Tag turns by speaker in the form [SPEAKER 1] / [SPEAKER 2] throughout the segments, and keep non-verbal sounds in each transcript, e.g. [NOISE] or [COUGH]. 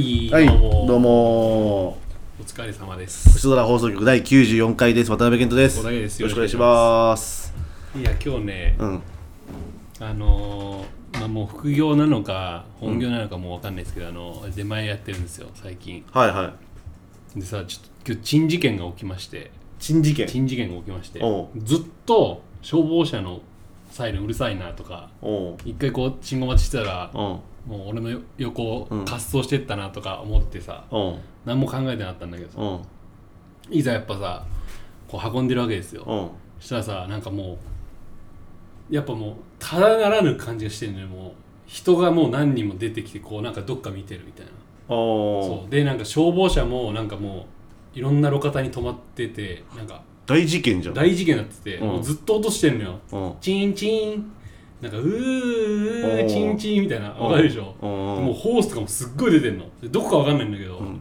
[SPEAKER 1] は
[SPEAKER 2] はいい、
[SPEAKER 1] ど
[SPEAKER 2] ど
[SPEAKER 1] うも
[SPEAKER 2] うも。
[SPEAKER 1] お疲れ様で
[SPEAKER 2] 星
[SPEAKER 1] す
[SPEAKER 2] 空放送局第94回です。渡辺健人で
[SPEAKER 1] 小
[SPEAKER 2] す。よ
[SPEAKER 1] 田
[SPEAKER 2] ろ
[SPEAKER 1] です
[SPEAKER 2] しくお願いします。
[SPEAKER 1] いや今日ね
[SPEAKER 2] うん。
[SPEAKER 1] あのーまあもう副業なのか本業なのかもうわかんないですけど、あの出前やってるんですよ最近
[SPEAKER 2] はいはい。
[SPEAKER 1] でさちょっと今日珍事件が起きまして
[SPEAKER 2] 珍事件。
[SPEAKER 1] 珍事件が起きまして
[SPEAKER 2] お
[SPEAKER 1] ずっと消防車のサイレンうるさいなとか
[SPEAKER 2] おう。
[SPEAKER 1] 一回こう信号待ちしてたら
[SPEAKER 2] おう。
[SPEAKER 1] もう俺の横を
[SPEAKER 2] うん
[SPEAKER 1] 滑走してったなとか思ってさ、
[SPEAKER 2] おう。
[SPEAKER 1] 何も考えてなかったんだけどさ
[SPEAKER 2] おう。
[SPEAKER 1] いざやっぱさこう運んでるわけですよ
[SPEAKER 2] おう。
[SPEAKER 1] そしたらさなんかもうやっぱもうただならぬ感じがしてるのよもう人がもう何人も出てきてこうなんかどっか見てるみたいな
[SPEAKER 2] おう。
[SPEAKER 1] そうでなんか消防車もなんかもういろんな路肩に止まっててなんか
[SPEAKER 2] 大事件じゃん。
[SPEAKER 1] 大事件になってて、
[SPEAKER 2] うん
[SPEAKER 1] もうずっと落としてんのよ
[SPEAKER 2] おう。
[SPEAKER 1] チンチンなんかうー
[SPEAKER 2] おー
[SPEAKER 1] チンチンみたいなわかるでしょ
[SPEAKER 2] おうおう
[SPEAKER 1] もうホースとかもすっごい出てんのでどこかわかんないんだけど、
[SPEAKER 2] ん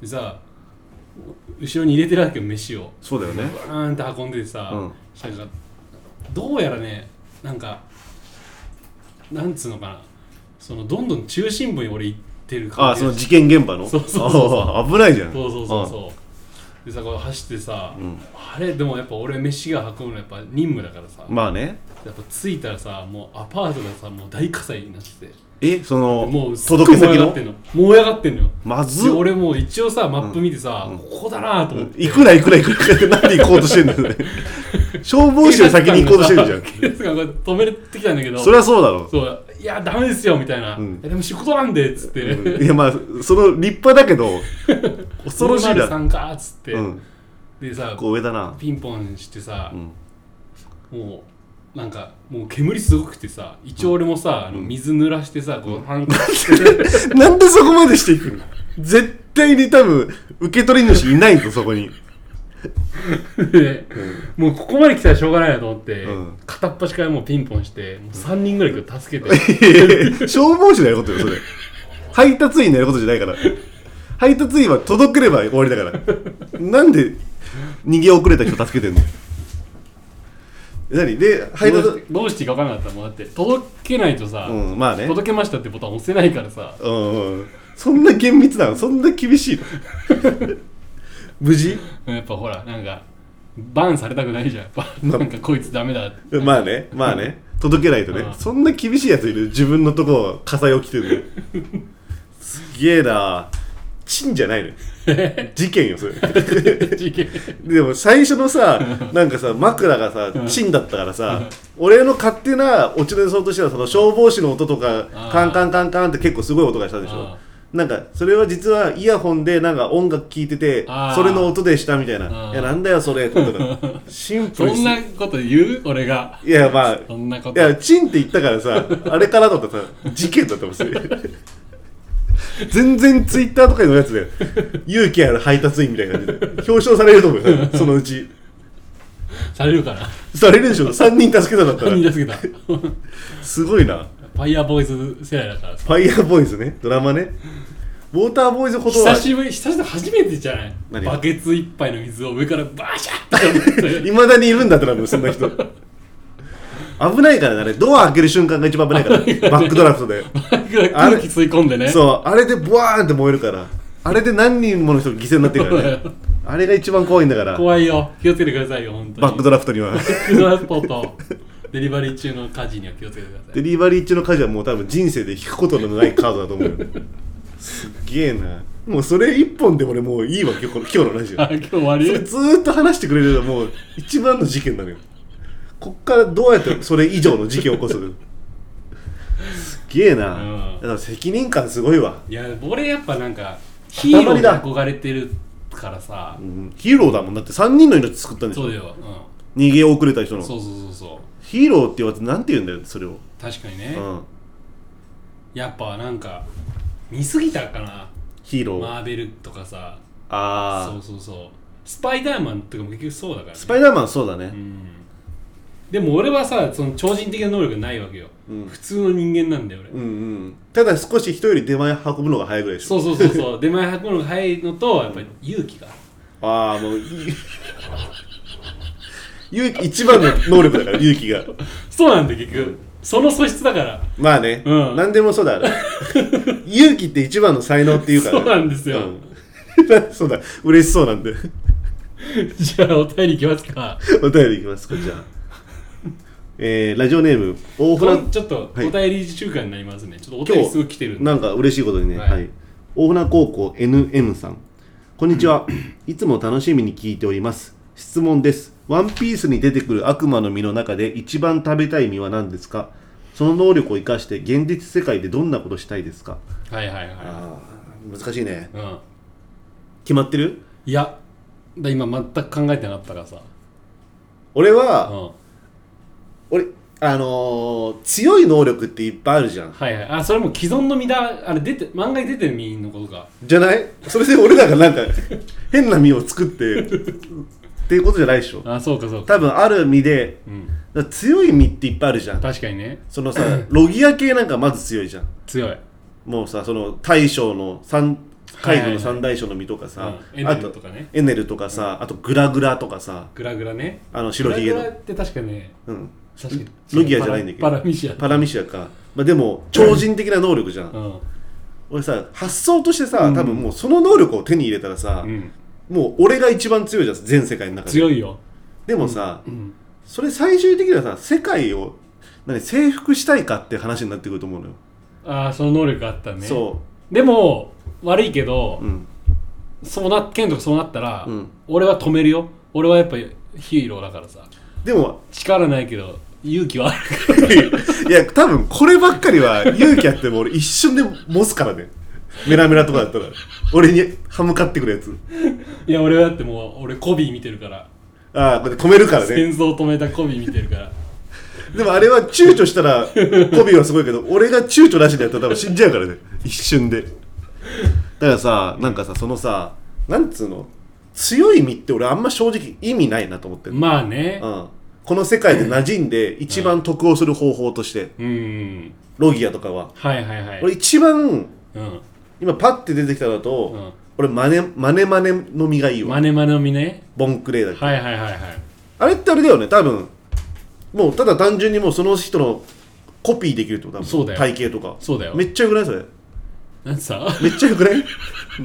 [SPEAKER 1] でさ後ろに入れてるわけよ飯を
[SPEAKER 2] そうだよね。
[SPEAKER 1] バーンって運んでてさ、
[SPEAKER 2] うん
[SPEAKER 1] なんかどうやらねなんかなんつうのかなそのどんどん中心部に俺行ってる
[SPEAKER 2] あ
[SPEAKER 1] 感
[SPEAKER 2] あ、
[SPEAKER 1] じ
[SPEAKER 2] そ
[SPEAKER 1] が
[SPEAKER 2] の事件現場の
[SPEAKER 1] そうそうそうそう
[SPEAKER 2] ああ危ないじゃん。
[SPEAKER 1] そうそうそうそうでさこう走ってさ、
[SPEAKER 2] ん
[SPEAKER 1] あれでもやっぱ俺飯が運ぶのやっぱ任務だからさ、
[SPEAKER 2] うんまあね。
[SPEAKER 1] やっぱ着いたらさもうアパートがさもう大火災になってて
[SPEAKER 2] え、その、
[SPEAKER 1] もうすっごい
[SPEAKER 2] 届け
[SPEAKER 1] 燃え
[SPEAKER 2] 先
[SPEAKER 1] 上がっ
[SPEAKER 2] の
[SPEAKER 1] てんの燃え上がってんのよ
[SPEAKER 2] まず
[SPEAKER 1] で
[SPEAKER 2] っ。
[SPEAKER 1] 俺もう一応さマップ見てさ、ここだなと思って、
[SPEAKER 2] いくらいくらいくらいくら何行こう
[SPEAKER 1] [LAUGHS]
[SPEAKER 2] としてんだよね。消防士より先に行こうとしてるじゃん。
[SPEAKER 1] 警察官が止めてきたんだけど
[SPEAKER 2] それはそうだろう。
[SPEAKER 1] そういやダメですよみたいな、
[SPEAKER 2] うん
[SPEAKER 1] いやでも仕事なんでっつって、 [LAUGHS]
[SPEAKER 2] うんいやまあその立派だけ [LAUGHS] ど恐ろしいな、
[SPEAKER 1] 003かっつって、
[SPEAKER 2] うん、
[SPEAKER 1] でさ
[SPEAKER 2] こう上だな、
[SPEAKER 1] ピンポンしてさ
[SPEAKER 2] う、ん、
[SPEAKER 1] もうなんかもう煙すごくてさ一応俺もさ、あの水濡らしてさこうハンカチで
[SPEAKER 2] [LAUGHS] [LAUGHS] なんでそこまでしていくの絶対に多分受け取り主いないぞそこに [LAUGHS]
[SPEAKER 1] でもうここまで来たらしょうがないなと思って、
[SPEAKER 2] うん
[SPEAKER 1] 片っ端からもうピンポンしてもう3人ぐらい今日助けて
[SPEAKER 2] [LAUGHS] 消防士のやることよそれ配達員のやることじゃないから配達員は届ければ終わりだからなんで逃げ遅れた人助けてんのえ何で配
[SPEAKER 1] どう
[SPEAKER 2] 達
[SPEAKER 1] しどうしていいか分からなかったもうだって届けないとさ、
[SPEAKER 2] うんまあね
[SPEAKER 1] 届けましたってボタン押せないからさ
[SPEAKER 2] うんうんそんな厳密なのそんな厳しいの [LAUGHS] 無事
[SPEAKER 1] やっぱほらなんかバンされたくないじゃんやっぱ
[SPEAKER 2] [LAUGHS] ま
[SPEAKER 1] なんかこいつダメ
[SPEAKER 2] [LAUGHS]
[SPEAKER 1] だって
[SPEAKER 2] まあね、まあね、届けないとね、
[SPEAKER 1] うん
[SPEAKER 2] そんな厳しいやついる、自分のとこ、火災起きてるのすげえな、チンじゃないのよ、事件よ、それ。
[SPEAKER 1] 事件
[SPEAKER 2] でも最初のさ、なんかさ、枕がさ、チンだったからさ、俺の勝手なオチの予想としては、その消防士の音とか
[SPEAKER 1] あー、
[SPEAKER 2] カンカンカンカンって結構すごい音がしたでしょ
[SPEAKER 1] あ。
[SPEAKER 2] なんかそれは実はイヤホンでなんか音楽聴いてて
[SPEAKER 1] あー
[SPEAKER 2] それの音でしたみたいな
[SPEAKER 1] あ
[SPEAKER 2] 「
[SPEAKER 1] ー
[SPEAKER 2] いやなんだよそれ」
[SPEAKER 1] [LAUGHS]
[SPEAKER 2] とかシンプ
[SPEAKER 1] そ
[SPEAKER 2] ルに
[SPEAKER 1] んなこと言う俺が
[SPEAKER 2] いやまあ
[SPEAKER 1] そんなこ
[SPEAKER 2] い
[SPEAKER 1] と
[SPEAKER 2] や、チンって言ったからさ、あれからだとさ、事件だったもん、それ。全然ツイッターとかのやつで、勇気ある配達員みたいな感じで、表彰されると思うよ、そのうち。
[SPEAKER 1] されるから
[SPEAKER 2] されるでしょ、3人助けたんだった
[SPEAKER 1] 本人
[SPEAKER 2] ら。
[SPEAKER 1] 助けたフ
[SPEAKER 2] すごいな。
[SPEAKER 1] ァイヤーボーイズ世代だからさ
[SPEAKER 2] ファイヤーボーイズね、ドラマね。ウォーターボーイズほどは
[SPEAKER 1] 久、しぶり久しぶり初めてじゃない
[SPEAKER 2] 何が
[SPEAKER 1] バケツ一杯の水を上からバシャッと
[SPEAKER 2] いまだにいるんだってな、もうそんな人。危ないからね、あれ、ドア開ける瞬間が一番危ないから、バックドラフトで。 [LAUGHS] あ
[SPEAKER 1] 空
[SPEAKER 2] れ
[SPEAKER 1] 気吸い込んでね
[SPEAKER 2] そう、あれでブワーンって燃えるから、あれで何人もの人が犠牲になってるからね。あれが一番怖いんだか
[SPEAKER 1] [LAUGHS]
[SPEAKER 2] ら。
[SPEAKER 1] 怖いよ気をつけてくださいよ本当に
[SPEAKER 2] バックドラフトには
[SPEAKER 1] バックドラスポットデリバリー中の火事には気をつけてください
[SPEAKER 2] [LAUGHS] デリバリー中の家事はもう多分人生で引くことのないカードだと思うよすっげえなもうそれ一本で俺もういいわ今日この今日のラジオ [LAUGHS]
[SPEAKER 1] あ今日終わり
[SPEAKER 2] それずーっと話してくれるのがもう一番の事件なのよこっからどうやってそれ以上の事件を起こすのすっげえ
[SPEAKER 1] う
[SPEAKER 2] な、
[SPEAKER 1] ん
[SPEAKER 2] だから責任感すごいわ、
[SPEAKER 1] いや俺やっぱなんかヒーローに憧れてるからさ
[SPEAKER 2] うんヒーローだもんだって3人の命作ったんでし
[SPEAKER 1] そ
[SPEAKER 2] ょ
[SPEAKER 1] うだよ、う
[SPEAKER 2] 逃げ遅れた人の
[SPEAKER 1] ん、そうそうそうそう
[SPEAKER 2] ヒーローって言われてなんて言うんだよそれを、
[SPEAKER 1] 確かにね、
[SPEAKER 2] うん、
[SPEAKER 1] やっぱなんか見すぎたかな
[SPEAKER 2] ヒーロー、
[SPEAKER 1] マーベルとかさ
[SPEAKER 2] ああ
[SPEAKER 1] そうそうそうスパイダーマンとかも結局そうだから、ね、
[SPEAKER 2] スパイダーマンそうだね、
[SPEAKER 1] うんでも俺はさその超人的な能力がないわけよ、
[SPEAKER 2] うん
[SPEAKER 1] 普通の人間なんだよ俺、
[SPEAKER 2] うんうん、ただ少し人より出前運ぶのが早いぐらいでしょ
[SPEAKER 1] そうそうそう
[SPEAKER 2] [LAUGHS]
[SPEAKER 1] そう出前運ぶのが早いのとやっぱり勇気が
[SPEAKER 2] ああもうい [LAUGHS] 勇気一番の能力だから勇気が
[SPEAKER 1] そうなんだよ結局、その素質だ
[SPEAKER 2] [LAUGHS]
[SPEAKER 1] から
[SPEAKER 2] まあね、
[SPEAKER 1] うん
[SPEAKER 2] 何でもそ
[SPEAKER 1] [LAUGHS]
[SPEAKER 2] うだ勇気って一番の才能っていうから、
[SPEAKER 1] そうなんですよ
[SPEAKER 2] うん [LAUGHS] そうだ嬉しそうなんで [LAUGHS]
[SPEAKER 1] じゃあお便りいきますか
[SPEAKER 2] お便りいきますかじゃあ、えーラジオネーム大
[SPEAKER 1] こ
[SPEAKER 2] 船
[SPEAKER 1] んちょっとお
[SPEAKER 2] はい
[SPEAKER 1] 便り中間になりますねちょっとお便りすぐ来てるんで
[SPEAKER 2] なんか嬉しいことにね、
[SPEAKER 1] はい
[SPEAKER 2] はい大船高校 NM さんこんに
[SPEAKER 1] [CLEARS THROAT]
[SPEAKER 2] ちはいつも楽しみに聞いております質問ですワンピースに出てくる悪魔の実の中で一番食べたい実は何ですかその能力を生かして現実世界でどんなことしたいですか
[SPEAKER 1] はいはいは
[SPEAKER 2] あー難しいね
[SPEAKER 1] いうん
[SPEAKER 2] 決まってる
[SPEAKER 1] いやだ今全く考えてなかったからさ
[SPEAKER 2] 俺は、
[SPEAKER 1] うん
[SPEAKER 2] 俺あのー強い能力っていっぱいあるじゃん
[SPEAKER 1] はいはいあそれも既存の身だあれ出て漫画に出てる身のことか
[SPEAKER 2] じゃないそれで俺らが [LAUGHS] なんか変な実を作ってっていうことじゃないでしょ
[SPEAKER 1] あそうかそうか
[SPEAKER 2] 多分ある実で
[SPEAKER 1] うん
[SPEAKER 2] だから強い実っていっぱいあるじゃん
[SPEAKER 1] 確かにね
[SPEAKER 2] そのさロギア系なんかまず強いじゃん
[SPEAKER 1] 強い
[SPEAKER 2] もうさその大将の三海軍の
[SPEAKER 1] はいはい
[SPEAKER 2] 三大将の実とかさ、
[SPEAKER 1] うんエネルとかね
[SPEAKER 2] エネルとかさ、あとグラグラとかさ
[SPEAKER 1] グラグラね
[SPEAKER 2] あの白ひげ
[SPEAKER 1] グラグ
[SPEAKER 2] の
[SPEAKER 1] ラって確かね
[SPEAKER 2] うん
[SPEAKER 1] 確かに
[SPEAKER 2] ロギアじゃないんだけど
[SPEAKER 1] パラパラミシア
[SPEAKER 2] パラミシアか、まあ、でも超人的な能力じゃん、
[SPEAKER 1] うん
[SPEAKER 2] 俺さ発想としてさ、多分もうその能力を手に入れたらさ、
[SPEAKER 1] うん
[SPEAKER 2] もう俺が一番強いじゃん全世界の中で
[SPEAKER 1] 強いよ
[SPEAKER 2] でもさ、
[SPEAKER 1] うん
[SPEAKER 2] それ最終的にはさ世界を何征服したいかって話になってくると思うのよ、
[SPEAKER 1] ああその能力あったね
[SPEAKER 2] そ
[SPEAKER 1] でも悪いけど
[SPEAKER 2] ううん
[SPEAKER 1] そうな剣とかそうなったら
[SPEAKER 2] うん
[SPEAKER 1] 俺は止めるよ俺はやっぱヒーローだからさ
[SPEAKER 2] でも
[SPEAKER 1] 力ないけど勇気はあるから [LAUGHS]
[SPEAKER 2] いや多分こればっかりは勇気あっても俺一瞬で持つからねメラメラとかだったら俺に歯向かってくるやつ
[SPEAKER 1] いや俺はだってもう俺コビー見てるから
[SPEAKER 2] ああこれ止めるからね
[SPEAKER 1] 戦争を止めたコビー見てる
[SPEAKER 2] [LAUGHS]
[SPEAKER 1] から
[SPEAKER 2] でもあれは躊躇したらコビはすごいけど俺が躊躇なしでやったら多分死んじゃうからね一瞬でだからさなんかさそのさなんつうの強い身って俺あんま正直意味ないなと思ってる、
[SPEAKER 1] まあね
[SPEAKER 2] うん、この世界で馴染んで一番得をする方法として、
[SPEAKER 1] うん
[SPEAKER 2] ロギアとかは
[SPEAKER 1] はいはいはい
[SPEAKER 2] 俺一番
[SPEAKER 1] うん
[SPEAKER 2] 今パッて出てきたのだと、
[SPEAKER 1] うん
[SPEAKER 2] 俺マネマネマネの実がいいわ
[SPEAKER 1] マネマネの実ね
[SPEAKER 2] ボンクレーだっけ
[SPEAKER 1] はいはいはいはい
[SPEAKER 2] あれってあれだよね多分もうただ単純にもうその人のコピーできるってこと多分
[SPEAKER 1] そうだよ
[SPEAKER 2] 体型とか
[SPEAKER 1] そうだよ
[SPEAKER 2] めっちゃよくないそれ
[SPEAKER 1] なんてさ
[SPEAKER 2] めっちゃよくない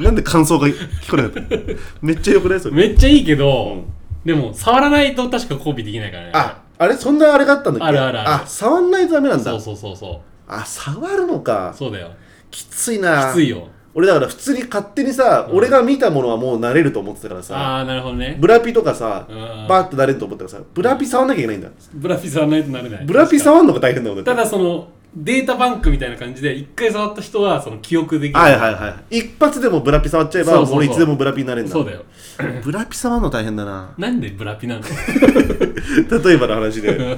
[SPEAKER 2] なんで感想が聞こえなかっためっちゃよくないそ
[SPEAKER 1] [LAUGHS]
[SPEAKER 2] れ
[SPEAKER 1] めっちゃいいけど、
[SPEAKER 2] うん
[SPEAKER 1] でも触らないと確かコピーできないからね
[SPEAKER 2] ああれそんなあれがあったんだっけ
[SPEAKER 1] あるあるある
[SPEAKER 2] 触んないとダメなんだ
[SPEAKER 1] そうそうそうそ
[SPEAKER 2] あ触るのか
[SPEAKER 1] うそうだよ
[SPEAKER 2] きついな
[SPEAKER 1] きついよ
[SPEAKER 2] 俺だから普通に勝手にさ、俺が見たものはもう慣れると思ってたからさ
[SPEAKER 1] ああーなるほどね
[SPEAKER 2] ブラピとかさ
[SPEAKER 1] うん
[SPEAKER 2] バーって慣れると思ったからさブラピ触んなきゃいけないんだ
[SPEAKER 1] ブラピ触らないとなれない
[SPEAKER 2] ブラピ触んのが大変なこと
[SPEAKER 1] ただそのデータバンクみたいな感じで一回触った人はその記憶できる、
[SPEAKER 2] はいはいはい一発でもブラピ触っちゃえば
[SPEAKER 1] そうそうそう
[SPEAKER 2] 俺いつでもブラピになれるんだ
[SPEAKER 1] そうだよ
[SPEAKER 2] ブラピ触んの大変
[SPEAKER 1] [LAUGHS]
[SPEAKER 2] だな
[SPEAKER 1] なんでブラピな
[SPEAKER 2] [LAUGHS]
[SPEAKER 1] の
[SPEAKER 2] 例えばの話で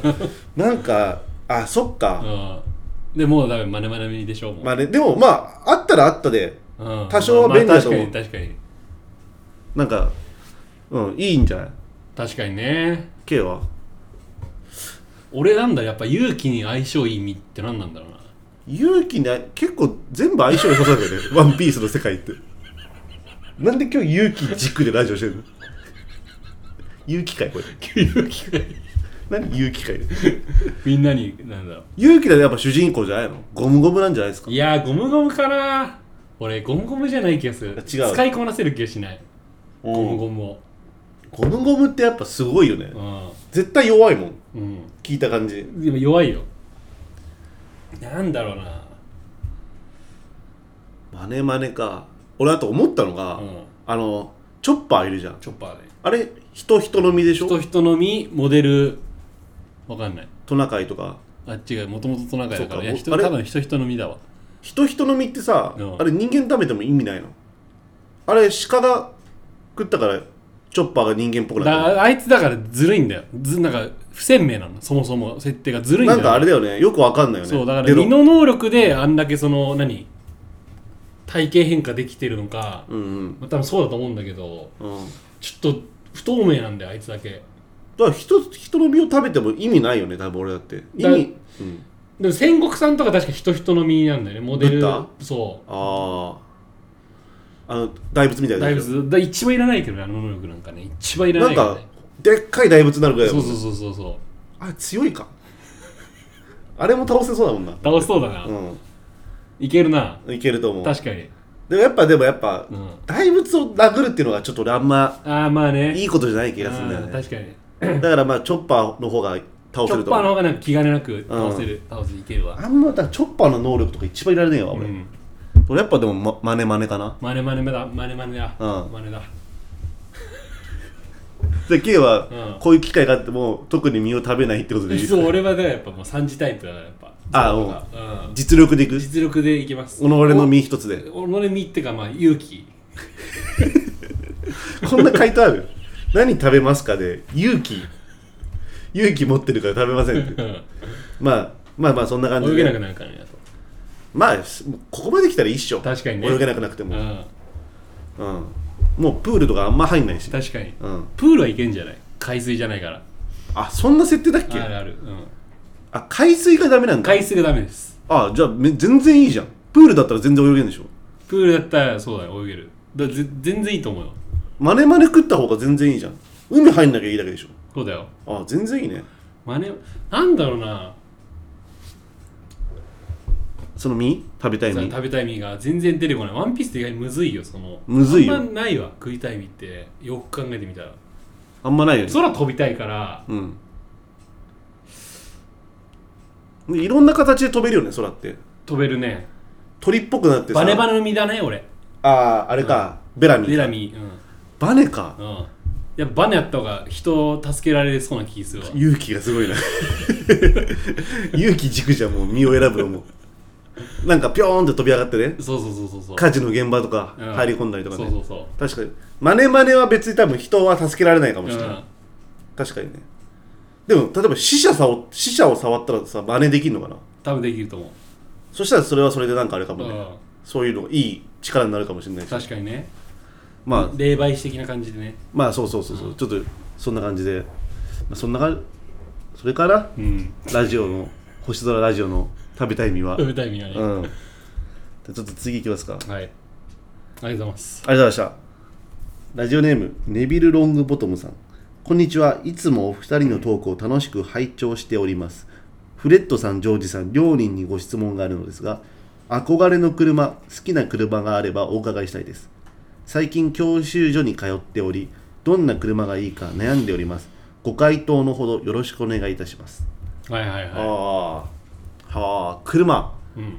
[SPEAKER 2] なんかあそっか、
[SPEAKER 1] うんでもうだめマネマネミでしょもう、
[SPEAKER 2] まあねでもまああったらあったで
[SPEAKER 1] うん
[SPEAKER 2] 多少は便利だと思う
[SPEAKER 1] まあまあ確かに確かに
[SPEAKER 2] なんかうんいいんじゃない
[SPEAKER 1] 確かにね
[SPEAKER 2] K は
[SPEAKER 1] 俺なんだやっぱ勇気に相性いい身って何なんだろうな [LAUGHS]
[SPEAKER 2] 勇気ね結構全部相性良さそうだよね
[SPEAKER 1] [LAUGHS]
[SPEAKER 2] ワンピースの世界ってなんで今日勇気軸でラジオして
[SPEAKER 1] [LAUGHS]
[SPEAKER 2] るの勇気かいこれ
[SPEAKER 1] 勇気が
[SPEAKER 2] 何勇気かい
[SPEAKER 1] みんなになんだろう
[SPEAKER 2] 勇気だとやっぱ主人公じゃないのゴムゴムなんじゃないですか
[SPEAKER 1] いやーゴムゴムかな俺ゴムゴムじゃない気がする
[SPEAKER 2] 違う
[SPEAKER 1] 使いこなせる気がしない
[SPEAKER 2] ゴ
[SPEAKER 1] ゴムゴムを
[SPEAKER 2] ゴムゴムってやっぱすごいよね
[SPEAKER 1] う
[SPEAKER 2] 絶対弱いもん
[SPEAKER 1] ん、
[SPEAKER 2] 聞いた感じ
[SPEAKER 1] うん、でも弱いよなんだろうな
[SPEAKER 2] マネマネか俺あと思ったのが、
[SPEAKER 1] うん
[SPEAKER 2] あのチョッパーいるじゃん
[SPEAKER 1] チョッパーで
[SPEAKER 2] あれ人人の身でしょ
[SPEAKER 1] 人人のみモデルわかんない
[SPEAKER 2] トナカイとか
[SPEAKER 1] あ違うもともとトナカイだから
[SPEAKER 2] そうか
[SPEAKER 1] いや人
[SPEAKER 2] あれ
[SPEAKER 1] 多分人人のみだわ
[SPEAKER 2] 人人の身ってさ、
[SPEAKER 1] うん
[SPEAKER 2] あれ人間食べても意味ないのあれ鹿が食ったからチョッパーが人間っぽくなっ
[SPEAKER 1] だあいつだからずるいんだよずなんか不鮮明なのそもそも設定がずる
[SPEAKER 2] た
[SPEAKER 1] いんだ
[SPEAKER 2] な
[SPEAKER 1] よ
[SPEAKER 2] んかあれだよねよくわかんないよね
[SPEAKER 1] そうだから
[SPEAKER 2] デロ
[SPEAKER 1] 身の能力であんだけその何体型変化できてるのか、
[SPEAKER 2] うんうん
[SPEAKER 1] まあ、多分そうだと思うんだけど
[SPEAKER 2] うん
[SPEAKER 1] ちょっと不透明なんだよあいつだけ
[SPEAKER 2] だから人人の身を食べても意味ないよね多分俺だって意
[SPEAKER 1] だ
[SPEAKER 2] 味、うん、
[SPEAKER 1] でも戦国さんとか確か人人の身なんだよねモデル
[SPEAKER 2] ブッ
[SPEAKER 1] そう
[SPEAKER 2] あああの大仏みたいな
[SPEAKER 1] 大
[SPEAKER 2] やつでしょ
[SPEAKER 1] 仏だ一番いらないけどねあの能力なんかね一番いら
[SPEAKER 2] な
[SPEAKER 1] なんいよ
[SPEAKER 2] か
[SPEAKER 1] ね
[SPEAKER 2] でっかい大仏になるぐらいだ
[SPEAKER 1] そ
[SPEAKER 2] も
[SPEAKER 1] うん
[SPEAKER 2] ね
[SPEAKER 1] そうそうそうそう
[SPEAKER 2] あれ強いかあれも倒せそうだもんな
[SPEAKER 1] 倒しそうだな、
[SPEAKER 2] う
[SPEAKER 1] いけるなん
[SPEAKER 2] いけると思う
[SPEAKER 1] 確かに、
[SPEAKER 2] でもやっぱでもやっぱ、
[SPEAKER 1] うん、
[SPEAKER 2] 大仏を殴るっていうのがちょっと俺あんま
[SPEAKER 1] ああまあね
[SPEAKER 2] いいことじゃない気
[SPEAKER 1] 気
[SPEAKER 2] がするんだよね
[SPEAKER 1] 確かに
[SPEAKER 2] だからまあチョッパーの方が倒
[SPEAKER 1] チ
[SPEAKER 2] せ
[SPEAKER 1] ョ
[SPEAKER 2] る
[SPEAKER 1] ッ
[SPEAKER 2] と
[SPEAKER 1] パーの
[SPEAKER 2] 思う
[SPEAKER 1] 方がなんか気兼ねなく倒せる、倒せいけるわ
[SPEAKER 2] あんまだからチョッパーの能力とか一番いられねえわ
[SPEAKER 1] う
[SPEAKER 2] 俺、
[SPEAKER 1] ん
[SPEAKER 2] 俺やっぱでもまマネマネかな
[SPEAKER 1] マネマネだマネマネだ、
[SPEAKER 2] うん
[SPEAKER 1] マネだ
[SPEAKER 2] で K
[SPEAKER 1] う
[SPEAKER 2] は
[SPEAKER 1] ん
[SPEAKER 2] こういう機会があっても特に身を食べないってことでいいです
[SPEAKER 1] そう
[SPEAKER 2] か
[SPEAKER 1] 俺はねやっぱもう3次タイプだからやっぱ
[SPEAKER 2] あ
[SPEAKER 1] うん、
[SPEAKER 2] 実力でいく己
[SPEAKER 1] 実力でいけます
[SPEAKER 2] の身一つで
[SPEAKER 1] お己身ってかまあ勇気
[SPEAKER 2] こんな回答あ
[SPEAKER 1] [LAUGHS]
[SPEAKER 2] る何食べますかで勇気勇気持ってるから食べませんって
[SPEAKER 1] [LAUGHS] うん
[SPEAKER 2] まあまあまあそんな感じ
[SPEAKER 1] 泳げなく
[SPEAKER 2] で
[SPEAKER 1] なるからねあ
[SPEAKER 2] まあすここまで来たら一緒
[SPEAKER 1] と確かにね
[SPEAKER 2] 泳げなくなくて
[SPEAKER 1] う
[SPEAKER 2] も、
[SPEAKER 1] ん、
[SPEAKER 2] うん、もうプールとかあんま入んないし、
[SPEAKER 1] 確かに
[SPEAKER 2] うん、
[SPEAKER 1] プールはいけんじゃない海水じゃないから
[SPEAKER 2] あそんな設定だっけ
[SPEAKER 1] あるある、うん、
[SPEAKER 2] あ海水がダメなんだ
[SPEAKER 1] 海水がダメです
[SPEAKER 2] あじゃあめ全然いいじゃんプールだったら全然泳げんでしょ
[SPEAKER 1] プールだったらそうだよ泳げるだぜ全然いいと思うよ
[SPEAKER 2] マネマネ食った方が全然いいじゃん海入んなきゃいいだけでしょ
[SPEAKER 1] そうだよ
[SPEAKER 2] あ全然いいね
[SPEAKER 1] 真似なんだろうな
[SPEAKER 2] その身食べたい
[SPEAKER 1] さ
[SPEAKER 2] 身
[SPEAKER 1] 食べたい身が全然出てこないワンピースって意外にむずいよその
[SPEAKER 2] むずいよ
[SPEAKER 1] あんまないわ食いたい身ってよく考えてみたら
[SPEAKER 2] あんまないよね
[SPEAKER 1] 空飛びたいから
[SPEAKER 2] うんでいろんな形で飛べるよね空って
[SPEAKER 1] 飛べるね
[SPEAKER 2] 鳥っぽくなってさ
[SPEAKER 1] バネバネの身だね俺
[SPEAKER 2] あああれか、ベラミ
[SPEAKER 1] デラミうん
[SPEAKER 2] バネか
[SPEAKER 1] うんやっぱバネやった方が人を助けられそうな気するわ
[SPEAKER 2] 勇気がすごいな [LAUGHS] 勇気軸じゃんもう身を選ぶのもなんかピョーンって飛び上がってね
[SPEAKER 1] そうそうそうそうそう
[SPEAKER 2] 火事の現場とか
[SPEAKER 1] うん
[SPEAKER 2] 入り込んだりとかね、
[SPEAKER 1] そうそうそ
[SPEAKER 2] 確かにマネマネは別に多分人は助けられないかも
[SPEAKER 1] う、
[SPEAKER 2] しれない、
[SPEAKER 1] うん
[SPEAKER 2] 確かにねでも例えば死者さを死者を触ったらさ真似できるのかな
[SPEAKER 1] 多分できると思
[SPEAKER 2] そしたらそれはそれでなんかあれか
[SPEAKER 1] う、
[SPEAKER 2] も
[SPEAKER 1] う
[SPEAKER 2] ね、
[SPEAKER 1] ん、
[SPEAKER 2] そういうのいい力になるかもしれないし
[SPEAKER 1] 確かにね
[SPEAKER 2] まあ
[SPEAKER 1] 霊媒師的な感じでね
[SPEAKER 2] まあそうそうそうそう、ちょっとそんな感じで、まあ、そんな感じそれから
[SPEAKER 1] うん
[SPEAKER 2] ラジオの星空ラジオの食べたい身は
[SPEAKER 1] 食べたい身だね、
[SPEAKER 2] う
[SPEAKER 1] はい
[SPEAKER 2] んじゃあちょっと次いきますかありがと
[SPEAKER 1] ありがとうございます
[SPEAKER 2] うございましたラジオネームネビル・ロングボトムさんこんにちはいつもお二人のトークを楽しく拝聴しておりますフレッドさんジョージさん両人にご質問があるのですが憧れの車好きな車があればお伺いしたいです最近教習所に通っておりどんな車がいいか悩んでおりますご回答のほどよろしくお願いいたします
[SPEAKER 1] はいはいはい
[SPEAKER 2] ああはあ車
[SPEAKER 1] うん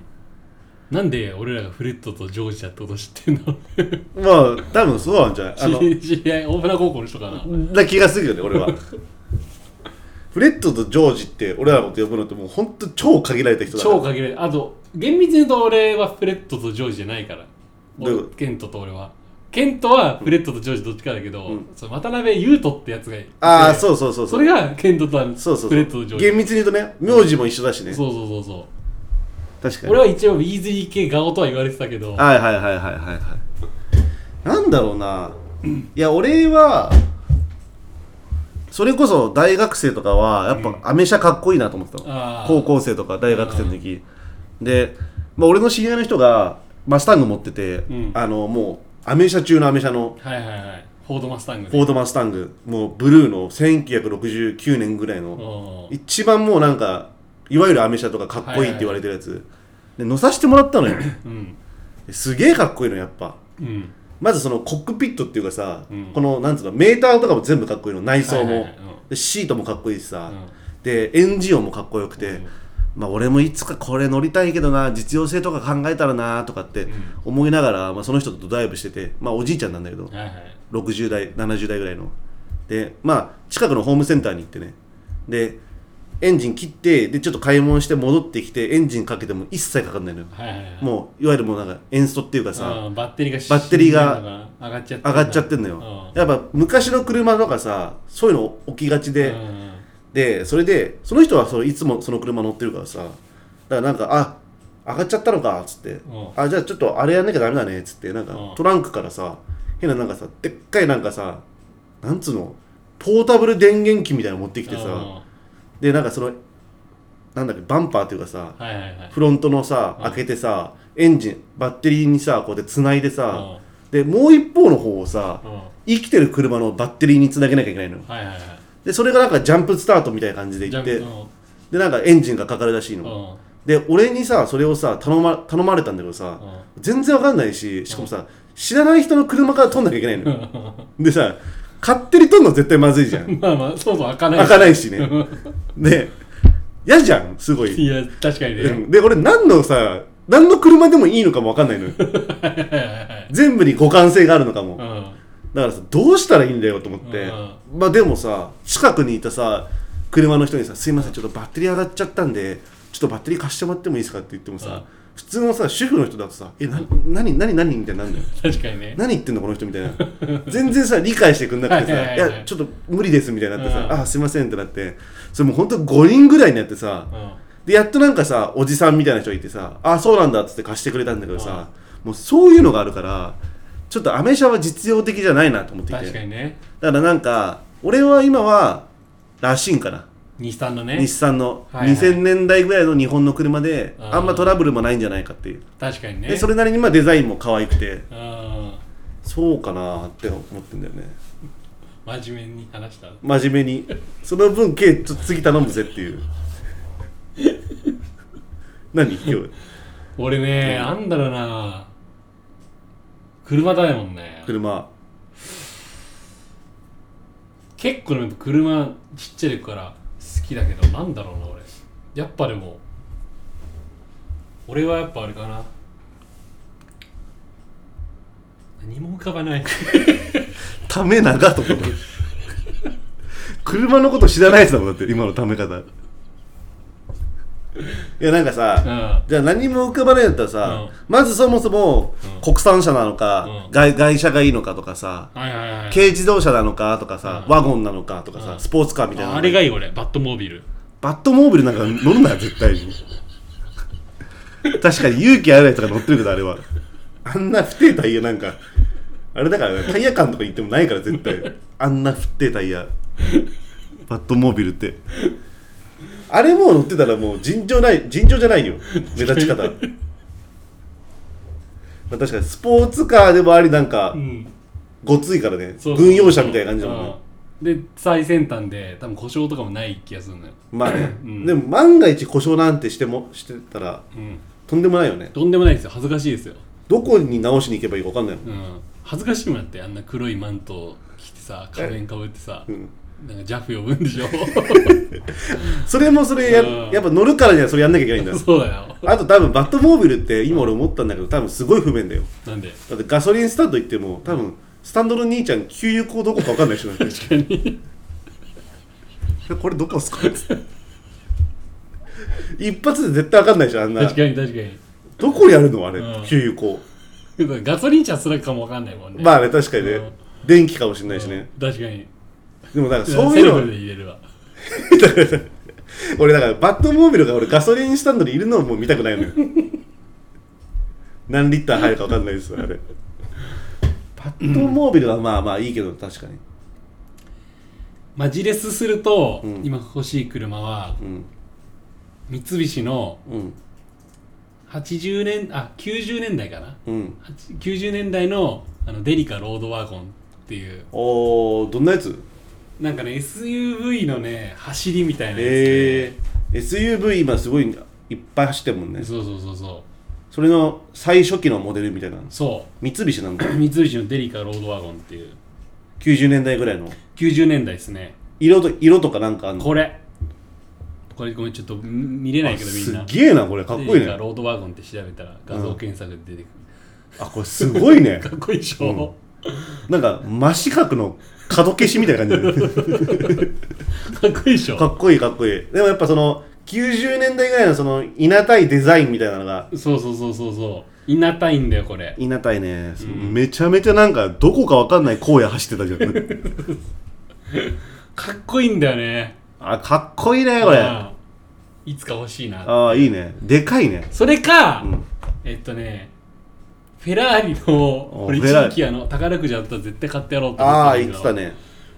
[SPEAKER 1] なんで俺らがフレットとジョージだってこと知ってんの
[SPEAKER 2] まあ多分そうなんじゃないあの
[SPEAKER 1] [LAUGHS] 知り合い大船高校の人かな
[SPEAKER 2] な気がするよね
[SPEAKER 1] [LAUGHS]
[SPEAKER 2] 俺はフレッドとジョージって俺らのこと呼ぶのってもう本当超限られた人だから
[SPEAKER 1] 超限られあと厳密に言うと俺はフレットとジョージじゃないから
[SPEAKER 2] どういうこと
[SPEAKER 1] ケントと俺はケントはフレットとジョージどっちかだけど、
[SPEAKER 2] うん
[SPEAKER 1] その渡辺裕斗ってやつがいて
[SPEAKER 2] ああそうそうそう
[SPEAKER 1] そうれがケントとあの
[SPEAKER 2] そう
[SPEAKER 1] フ
[SPEAKER 2] そうそ
[SPEAKER 1] レットとジョー
[SPEAKER 2] う
[SPEAKER 1] ジ
[SPEAKER 2] 厳密に言うとね名字も一緒だしね
[SPEAKER 1] そうそうそうそう
[SPEAKER 2] 確かに
[SPEAKER 1] 俺は一応イーズリー系顔とは言われてたけど
[SPEAKER 2] はいはいはいはいはいはいなんだろうないや俺はそれこそ大学生とかはやっぱアメ車かっこいいなと思ってたの、
[SPEAKER 1] あー
[SPEAKER 2] 高校生とか大学生の時で、まあ、俺の知り合いの人がマスタング持ってて、
[SPEAKER 1] ん
[SPEAKER 2] あのもうアメ車中のアメ車の
[SPEAKER 1] はいはいはいフォードマスタングね
[SPEAKER 2] フォードマスタングもうブルーの1969年ぐらいの、
[SPEAKER 1] おー
[SPEAKER 2] 一番もうなんかいわゆるアメ車とかかっこいいって言われてるやつ、で乗させてもらったのよ
[SPEAKER 1] うん
[SPEAKER 2] すげえかっこいいのやっぱ
[SPEAKER 1] うん
[SPEAKER 2] まずそのコックピットっていうかさ、
[SPEAKER 1] うん
[SPEAKER 2] このなんつうのメーターとかも全部かっこいいの内装も、
[SPEAKER 1] はいはいはいうん
[SPEAKER 2] でシートもかっこいいしさ、
[SPEAKER 1] うん
[SPEAKER 2] でエンジン音もかっこよくて、
[SPEAKER 1] うん
[SPEAKER 2] まあ俺もいつかこれ乗りたいけどな実用性とか考えたらなとかって思いながら、まあ、その人とドライブしててまあおじいちゃんなんだけど、
[SPEAKER 1] はいはい
[SPEAKER 2] 60代70代ぐらいのでまあ近くのホームセンターに行ってねでエンジン切ってでちょっと買い物して戻ってきてエンジンかけても一切かかんないのよ
[SPEAKER 1] はいはいはい
[SPEAKER 2] もういわゆるもうなんかエンストっていうかさ
[SPEAKER 1] あーバッテリーが
[SPEAKER 2] バッテリーが
[SPEAKER 1] 上がっちゃって
[SPEAKER 2] 上がっちゃってんのよやっぱ昔の車とかさそういうの起きがち
[SPEAKER 1] で
[SPEAKER 2] で、でそれでその人はそのいつもその車乗ってるからさだからなんかあ上がっちゃったのかっつって、
[SPEAKER 1] ん
[SPEAKER 2] あじゃあちょっとあれやんなきゃダメだねっつってなんか、
[SPEAKER 1] うん
[SPEAKER 2] トランクからさ変ななんかさでっかいなんかさなんつうのポータブル電源機みたいなの持ってきてさ、でなんかそのなんだっけバンパーっていうかさ、
[SPEAKER 1] はいはいはい
[SPEAKER 2] フロントのさ
[SPEAKER 1] うん
[SPEAKER 2] 開けてさエンジンバッテリーにさこうやってつないでさ、
[SPEAKER 1] うん
[SPEAKER 2] でもう一方の方をさ、
[SPEAKER 1] うん
[SPEAKER 2] 生きてる車のバッテリーにつなげなきゃいけないのよ
[SPEAKER 1] はいはいは
[SPEAKER 2] でそれがなんかジャンプスタートみたいな感じで
[SPEAKER 1] い
[SPEAKER 2] いっ
[SPEAKER 1] ジャ
[SPEAKER 2] て
[SPEAKER 1] ンプうん
[SPEAKER 2] でなんかエンジンがかかるらしいの、
[SPEAKER 1] うん
[SPEAKER 2] で俺にさそれをさ頼ま頼まれたんだけどさ、全然わかんないししかもさ、知らない人の車から撮んなきゃいけないのよ、でさ勝手に撮んの絶対まずい [LAUGHS] じゃん
[SPEAKER 1] まあまあ、そうそう開かない。
[SPEAKER 2] 開かないし [LAUGHS] ねで嫌じゃんすごい、
[SPEAKER 1] いや、確かに
[SPEAKER 2] う
[SPEAKER 1] ね。
[SPEAKER 2] んで俺何のさ何の車でもいいのかもわかんないのよ全部に互換性があるのかも、
[SPEAKER 1] うん。
[SPEAKER 2] だからさどうしたらいいんだよと思って、まあでもさ近くにいたさ車の人にさ「すいませんちょっとバッテリー上がっちゃったんでちょっとバッテリー貸してもらってもいいですか?」って言ってもさ、
[SPEAKER 1] うん
[SPEAKER 2] 普通のさ主婦の人だとさ「えな何何何?」みたいになるんだよ
[SPEAKER 1] 確かにね。
[SPEAKER 2] 何言ってんのこの人みた
[SPEAKER 1] [LAUGHS]
[SPEAKER 2] いな全然さ理解してくんなくてさ
[SPEAKER 1] はいはい
[SPEAKER 2] 「い
[SPEAKER 1] はいはい
[SPEAKER 2] やちょっと無理です」みたいになってさ「
[SPEAKER 1] うん
[SPEAKER 2] あすいません」ってなってそれもうほんと5人ぐらいになってさ
[SPEAKER 1] うん。
[SPEAKER 2] でやっとなんかさおじさんみたいな人がいてさ「あそうなんだ」っつって貸してくれたんだけどさもうそういうのがあるからちょっとアメ車は実用的じゃないなと思っていて
[SPEAKER 1] 確かにね。
[SPEAKER 2] だからなんか俺は今はらしいんかな
[SPEAKER 1] 日産のね
[SPEAKER 2] 日。産の
[SPEAKER 1] はいはい
[SPEAKER 2] 2000年代ぐらいの日本の車で
[SPEAKER 1] あー
[SPEAKER 2] あんまトラブルもないんじゃないかっていう
[SPEAKER 1] 確かにね。
[SPEAKER 2] でそれなりにまあデザインも可愛くて
[SPEAKER 1] うん。
[SPEAKER 2] そうかなって思ってんだよね
[SPEAKER 1] 真面目に話した。
[SPEAKER 2] 真面目にその分 K ちょっと次頼むぜっていう [LAUGHS] 何今日
[SPEAKER 1] 俺ね、なんだろうな。車だもんね。
[SPEAKER 2] 車
[SPEAKER 1] 結構ね、車ちっちゃい時から好きだけど、なんだろうな、俺。やっぱでも、俺はやっぱあれかな。何も浮かばない。
[SPEAKER 2] ため長と思った車のこと知らないやつだもんだって今のため方いやなんかさ、
[SPEAKER 1] うん。
[SPEAKER 2] じゃあ何も浮かばないんだったらさ、
[SPEAKER 1] うん
[SPEAKER 2] まずそもそも
[SPEAKER 1] うん
[SPEAKER 2] 国産車なのか、
[SPEAKER 1] うん
[SPEAKER 2] 外外車がいいのかとかさ、
[SPEAKER 1] はいはいはい。
[SPEAKER 2] 軽自動車なのかとかさ、
[SPEAKER 1] うん
[SPEAKER 2] ワゴンなのかとかさ、
[SPEAKER 1] うん
[SPEAKER 2] スポーツカーみたいなの
[SPEAKER 1] ああれがいい俺、バットモービル。
[SPEAKER 2] バットモービルなんか乗るなよ絶対に確かに勇気あるやつが乗ってるけどあれはあんな不定タイヤなんかあれだからねタイヤ感とか言ってもないから絶対あんな不定タイヤバットモービルってあれもう乗ってたらもう尋常ない尋常じゃないよ目立ち方まあ確かにスポーツカーでもありなんか
[SPEAKER 1] ん。
[SPEAKER 2] ごついからね軍用車みたいな感じだもんね
[SPEAKER 1] うんで、最先端で、多分故障とかもない気がするのよ。
[SPEAKER 2] まあね、
[SPEAKER 1] うん
[SPEAKER 2] でも万が一故障なんてしてもしてたら
[SPEAKER 1] うん。
[SPEAKER 2] とんでもないよね
[SPEAKER 1] とんでもないですよ。恥ずかしいですよ。
[SPEAKER 2] どこに直しに行けばいいか分かんないもん、
[SPEAKER 1] うん。恥ずかしいもんだって、あんな黒いマントを着てさ、仮面かぶってさ、
[SPEAKER 2] うん、
[SPEAKER 1] なんかジャフ呼ぶんでし
[SPEAKER 2] [LAUGHS]
[SPEAKER 1] ょ。
[SPEAKER 2] それもそれや
[SPEAKER 1] うん
[SPEAKER 2] やっぱ乗るからにはそれやんなきゃいけないんだ
[SPEAKER 1] そうだよ。
[SPEAKER 2] あと多分バットモービルって今俺思ったんだけど多分すごい不便だよ
[SPEAKER 1] なんで。
[SPEAKER 2] だってガソリンスタンド行っても多分スタンドの兄ちゃん給油口どこか分かんないでしょなんか
[SPEAKER 1] 確かに。
[SPEAKER 2] これどこっす
[SPEAKER 1] [LAUGHS]
[SPEAKER 2] かつって一発で絶対分かんないじゃんあんな
[SPEAKER 1] 確かに確かに
[SPEAKER 2] どこやるのあれ、
[SPEAKER 1] うん
[SPEAKER 2] 給油口。
[SPEAKER 1] だからガソリン車すらかもわかんないもんね。
[SPEAKER 2] まあね確かにね、
[SPEAKER 1] うん
[SPEAKER 2] 電気かもしれないし
[SPEAKER 1] うん
[SPEAKER 2] ね、
[SPEAKER 1] 確かに。
[SPEAKER 2] でもなんか
[SPEAKER 1] そ
[SPEAKER 2] そううい
[SPEAKER 1] いううの
[SPEAKER 2] の
[SPEAKER 1] で入れるわ。
[SPEAKER 2] 俺だからバットモービルが俺ガソリンスタンドにいるのをもう見たくないの
[SPEAKER 1] [LAUGHS]
[SPEAKER 2] よ何リッター入るか分かんないですよあれバットモービルはまあまあいいけど確かに
[SPEAKER 1] マジレスすると、
[SPEAKER 2] うん
[SPEAKER 1] 今欲しい車は、
[SPEAKER 2] うん
[SPEAKER 1] 三菱の
[SPEAKER 2] うん
[SPEAKER 1] 80年あ90年代かな
[SPEAKER 2] うん
[SPEAKER 1] 8 90年代のあのデリカロードワゴンっていう
[SPEAKER 2] おーどんなやつ
[SPEAKER 1] なんかね SUV のね走りみたいなやつで、
[SPEAKER 2] えー、SUV 今すごいいっぱい走ってるもんね
[SPEAKER 1] そうそうそうそ
[SPEAKER 2] それの最初期のモデルみたいな
[SPEAKER 1] うそ
[SPEAKER 2] 三菱な
[SPEAKER 1] [COUGHS]
[SPEAKER 2] んだ
[SPEAKER 1] う三菱のデリカロードワゴンっていう
[SPEAKER 2] 90年代ぐらいの
[SPEAKER 1] 90年代ですね
[SPEAKER 2] 色と色とかなんかあんの
[SPEAKER 1] これこれごめんちょっとん見れないけどみん
[SPEAKER 2] す
[SPEAKER 1] な
[SPEAKER 2] っげえなこれかっこい
[SPEAKER 1] デ
[SPEAKER 2] い
[SPEAKER 1] リカ
[SPEAKER 2] ね
[SPEAKER 1] ロードワゴンって調べたら画像検索で出てくる、
[SPEAKER 2] あこれすごい
[SPEAKER 1] [LAUGHS]
[SPEAKER 2] ね
[SPEAKER 1] かっこいいでしょ、
[SPEAKER 2] なんか真四角の角消しみたいな感じだね
[SPEAKER 1] かっこいいでしょ
[SPEAKER 2] かっこいいかっこいいでもやっぱその90年代ぐらいのそのいなたいデザインみたいなのが
[SPEAKER 1] そうそうそうそうそういなたいんだよこれ
[SPEAKER 2] いなたいね、めちゃめちゃなんかどこかわかんない荒野走ってたじ
[SPEAKER 1] [LAUGHS]
[SPEAKER 2] ゃん
[SPEAKER 1] かっこいいんだよね
[SPEAKER 2] あかっこいいねこれあ
[SPEAKER 1] うんいつか欲しいな
[SPEAKER 2] あいいねでかいね
[SPEAKER 1] それか、
[SPEAKER 2] うん
[SPEAKER 1] えっとねフェラーリの
[SPEAKER 2] お
[SPEAKER 1] これ
[SPEAKER 2] フェラーリ
[SPEAKER 1] 一時期あの宝くじあったら絶対買ってやろうと思
[SPEAKER 2] あ
[SPEAKER 1] ん
[SPEAKER 2] あ
[SPEAKER 1] だ
[SPEAKER 2] 言
[SPEAKER 1] け
[SPEAKER 2] っ
[SPEAKER 1] ど
[SPEAKER 2] てたね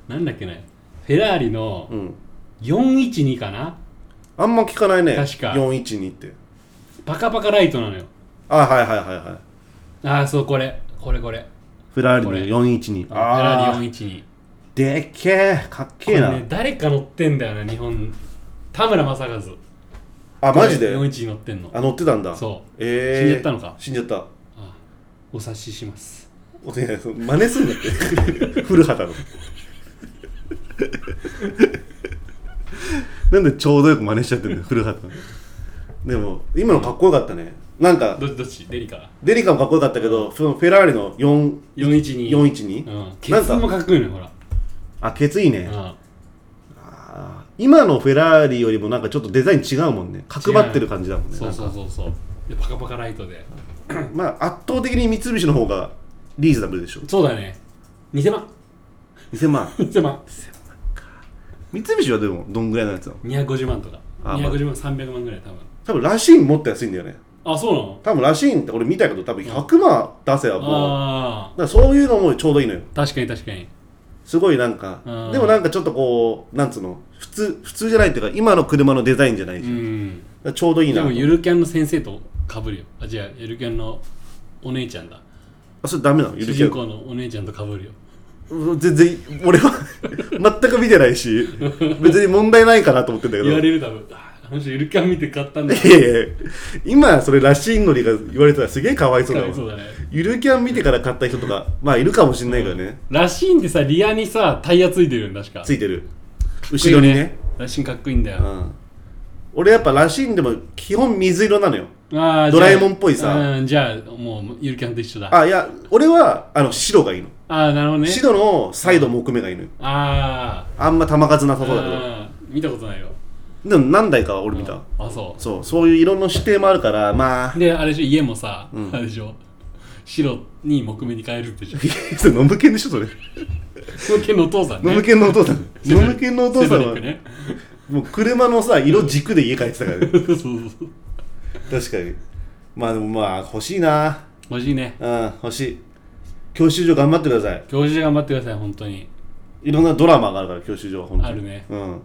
[SPEAKER 1] なんだっけねフェラーリの
[SPEAKER 2] うん
[SPEAKER 1] 412かな
[SPEAKER 2] あんま聞かないね
[SPEAKER 1] 確か
[SPEAKER 2] 412って
[SPEAKER 1] パカパカライトなのよ
[SPEAKER 2] あはいはいはいはい
[SPEAKER 1] ああそうこれこれこれ
[SPEAKER 2] フェラーリ
[SPEAKER 1] こ
[SPEAKER 2] の
[SPEAKER 1] れ
[SPEAKER 2] 412
[SPEAKER 1] フェラ
[SPEAKER 2] あ
[SPEAKER 1] ー
[SPEAKER 2] あ
[SPEAKER 1] リ412
[SPEAKER 2] でっけえかっ
[SPEAKER 1] こ
[SPEAKER 2] けえ
[SPEAKER 1] れ
[SPEAKER 2] な、
[SPEAKER 1] ね誰か乗ってんだよな日本田村正和
[SPEAKER 2] あマジで
[SPEAKER 1] 41乗ってんの
[SPEAKER 2] あ乗ってたんだ
[SPEAKER 1] そう
[SPEAKER 2] えー、
[SPEAKER 1] 死んじゃったのか
[SPEAKER 2] 死んじゃった
[SPEAKER 1] あお察しします
[SPEAKER 2] お手洗い真似すんなって [LAUGHS] 古畑のなんでちょうどよく真似しちゃってんだよ古畑のでも今のかっこよかったねなんか
[SPEAKER 1] どどっちデリカ
[SPEAKER 2] デリカもかっこよかったけどそのフェラーリの4
[SPEAKER 1] 412
[SPEAKER 2] 412、
[SPEAKER 1] うんケ
[SPEAKER 2] なん
[SPEAKER 1] ツもか
[SPEAKER 2] か
[SPEAKER 1] っこいいのよほら
[SPEAKER 2] あケツいいね、
[SPEAKER 1] あ
[SPEAKER 2] あー今のフェラーリよりもなんかちょっとデザイン違うもんね角張ってる感じだもんね
[SPEAKER 1] そうそ
[SPEAKER 2] な
[SPEAKER 1] うんそうそうでパカパカライトで
[SPEAKER 2] かまあ圧倒的に三菱の方がリーズナブルでしょ
[SPEAKER 1] そうだね2000万
[SPEAKER 2] 2000万
[SPEAKER 1] 2000万
[SPEAKER 2] 三菱はでもどんぐらいのやつなの
[SPEAKER 1] 250万とか
[SPEAKER 2] あまあ
[SPEAKER 1] 250万300万ぐらい多分
[SPEAKER 2] 多分ラシーンもっと安いんだよね
[SPEAKER 1] あそうなの
[SPEAKER 2] 多分ラシーンって俺見たけど多分100万出せばもう
[SPEAKER 1] あ
[SPEAKER 2] だからそういうのもちょうどいいのよ
[SPEAKER 1] あ確かに確かに
[SPEAKER 2] すごいなんか
[SPEAKER 1] うん
[SPEAKER 2] でもなんかちょっとこうなんつうの普通普通じゃないっていうか今の車のデザインじゃないし、
[SPEAKER 1] う
[SPEAKER 2] だか
[SPEAKER 1] ん
[SPEAKER 2] らちょうどいい
[SPEAKER 1] で
[SPEAKER 2] な
[SPEAKER 1] もゆるキャンの先生とかぶるよあじゃあゆるキャンのお姉ちゃんだ
[SPEAKER 2] あそれダメなのゆ
[SPEAKER 1] 主
[SPEAKER 2] るキャ
[SPEAKER 1] 人
[SPEAKER 2] ン
[SPEAKER 1] 公のお姉ちゃんとかぶるよ
[SPEAKER 2] うん全然俺は [LAUGHS] 全く見てないし別に問題ないかなと思ってんだけど
[SPEAKER 1] 言われる多分ああの人ゆるキャン見て買った
[SPEAKER 2] [LAUGHS]
[SPEAKER 1] んだ
[SPEAKER 2] いやいやいや今それラシーンのりが言われたらすげえかわいそうだ
[SPEAKER 1] かわいそう
[SPEAKER 2] わ
[SPEAKER 1] だね
[SPEAKER 2] ゆるキャン見てから買った人とかまあいるかもしんないけどね、
[SPEAKER 1] らしいんでさリアにさタイヤついてるん確か
[SPEAKER 2] ついてる後ろにね
[SPEAKER 1] らしいんかっこいいんだ
[SPEAKER 2] う
[SPEAKER 1] よ
[SPEAKER 2] ん、俺やっぱラシーンでも基本水色なのよ
[SPEAKER 1] ああ
[SPEAKER 2] ドラえもんっぽいさ
[SPEAKER 1] うんじゃあもうゆるキャンと一緒だあ
[SPEAKER 2] あいや俺はあの白がいいの、
[SPEAKER 1] あーなるほどね
[SPEAKER 2] 白のサイド木目がいいのよ
[SPEAKER 1] あ
[SPEAKER 2] あんま球数な
[SPEAKER 1] あ
[SPEAKER 2] さそうだけど
[SPEAKER 1] 見たことないよ
[SPEAKER 2] でも何台かは俺見た、
[SPEAKER 1] あそう
[SPEAKER 2] そうそういう色の指定もあるからまあ [LAUGHS]
[SPEAKER 1] であれでしょ家もさ、
[SPEAKER 2] うん
[SPEAKER 1] あれでしょ白に木目に変えるってじゃん
[SPEAKER 2] それノムケンでしょそれ
[SPEAKER 1] その件のお父さん
[SPEAKER 2] ノ
[SPEAKER 1] ね
[SPEAKER 2] ムケンのお父さん
[SPEAKER 1] [LAUGHS] セド
[SPEAKER 2] ノ
[SPEAKER 1] リ
[SPEAKER 2] ムケンのお父
[SPEAKER 1] セド
[SPEAKER 2] さん
[SPEAKER 1] リ
[SPEAKER 2] は
[SPEAKER 1] ックね [LAUGHS]
[SPEAKER 2] もう車のさ色軸で家帰ってたからね
[SPEAKER 1] そうそうそう
[SPEAKER 2] 確かにまあでもまあ欲しいな
[SPEAKER 1] 欲しいね
[SPEAKER 2] うん欲しい教習所頑張ってください
[SPEAKER 1] 教授頑張ってください本当に
[SPEAKER 2] いろんなドラマがあるから教習所は本当に
[SPEAKER 1] あるね
[SPEAKER 2] うん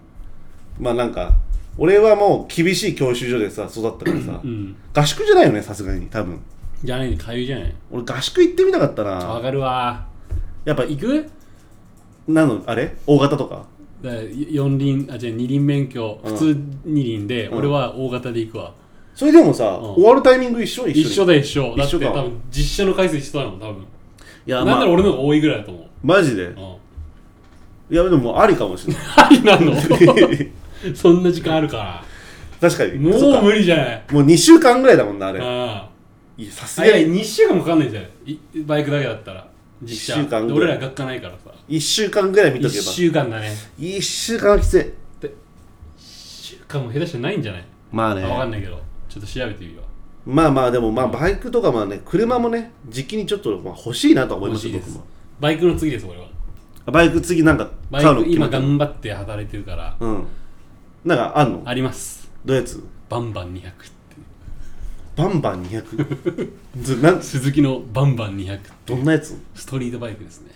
[SPEAKER 2] まあなんか俺はもう厳しい教習所でさ育ったからさ
[SPEAKER 1] うん
[SPEAKER 2] 合宿じゃないよねさすがに多分
[SPEAKER 1] じゃないかゆいじゃない
[SPEAKER 2] 俺合宿行ってみたかった
[SPEAKER 1] わ
[SPEAKER 2] な
[SPEAKER 1] かるわ
[SPEAKER 2] やっぱい
[SPEAKER 1] 行く
[SPEAKER 2] なのあれ大型とか
[SPEAKER 1] だから四輪あじゃあ二輪免許
[SPEAKER 2] うん
[SPEAKER 1] 普通二輪で、
[SPEAKER 2] うん
[SPEAKER 1] 俺は大型で行くわ、
[SPEAKER 2] それでもさ、
[SPEAKER 1] ん
[SPEAKER 2] 終わるタイミング一緒一緒
[SPEAKER 1] 一緒だよ一緒だって
[SPEAKER 2] 一緒
[SPEAKER 1] 多
[SPEAKER 2] か
[SPEAKER 1] 分実写の回数一緒だもん多分
[SPEAKER 2] いや
[SPEAKER 1] なん
[SPEAKER 2] ま
[SPEAKER 1] な
[SPEAKER 2] あ
[SPEAKER 1] ら俺の方が多いぐらいだと思う、
[SPEAKER 2] マジで
[SPEAKER 1] うん、 [LAUGHS]
[SPEAKER 2] いやでもありかもしれない
[SPEAKER 1] ありな
[SPEAKER 2] [LAUGHS]
[SPEAKER 1] の [LAUGHS] そんな時間あるか
[SPEAKER 2] 確かに
[SPEAKER 1] らも
[SPEAKER 2] そっか
[SPEAKER 1] う無理じゃない
[SPEAKER 2] もう2週間ぐらいだもんなあれ
[SPEAKER 1] あ
[SPEAKER 2] いやさす
[SPEAKER 1] あ
[SPEAKER 2] が
[SPEAKER 1] いや
[SPEAKER 2] に
[SPEAKER 1] 2週間もかかんないじゃんいバイクだけだったら実
[SPEAKER 2] 一
[SPEAKER 1] 写
[SPEAKER 2] 週間
[SPEAKER 1] で
[SPEAKER 2] ぐ
[SPEAKER 1] 俺
[SPEAKER 2] らい
[SPEAKER 1] ら学科ないからさ
[SPEAKER 2] 1週間ぐらい見
[SPEAKER 1] 1
[SPEAKER 2] とけば
[SPEAKER 1] 週間だね
[SPEAKER 2] 一週間はきつい
[SPEAKER 1] 1週間も下手してないんじゃない、
[SPEAKER 2] まあ
[SPEAKER 1] あ分かんないけどちょっと調べてみよう
[SPEAKER 2] まあまあでもまあバイクとかまあね車もね時期にちょっとまあ欲しいなとは思いま
[SPEAKER 1] 欲
[SPEAKER 2] す
[SPEAKER 1] しい
[SPEAKER 2] よ
[SPEAKER 1] で
[SPEAKER 2] 僕
[SPEAKER 1] す
[SPEAKER 2] も
[SPEAKER 1] バイクの次です俺は
[SPEAKER 2] バイク次なんか
[SPEAKER 1] バ
[SPEAKER 2] 買
[SPEAKER 1] イ
[SPEAKER 2] うの
[SPEAKER 1] ク
[SPEAKER 2] 決
[SPEAKER 1] 今
[SPEAKER 2] めたの
[SPEAKER 1] 頑張って働いてるから
[SPEAKER 2] うんなんかあんの
[SPEAKER 1] あります
[SPEAKER 2] どういうやつ
[SPEAKER 1] バンバン200って
[SPEAKER 2] バンバン200ずなん
[SPEAKER 1] 鈴木のバンバン200
[SPEAKER 2] どんなやつ
[SPEAKER 1] ストリートバイクですね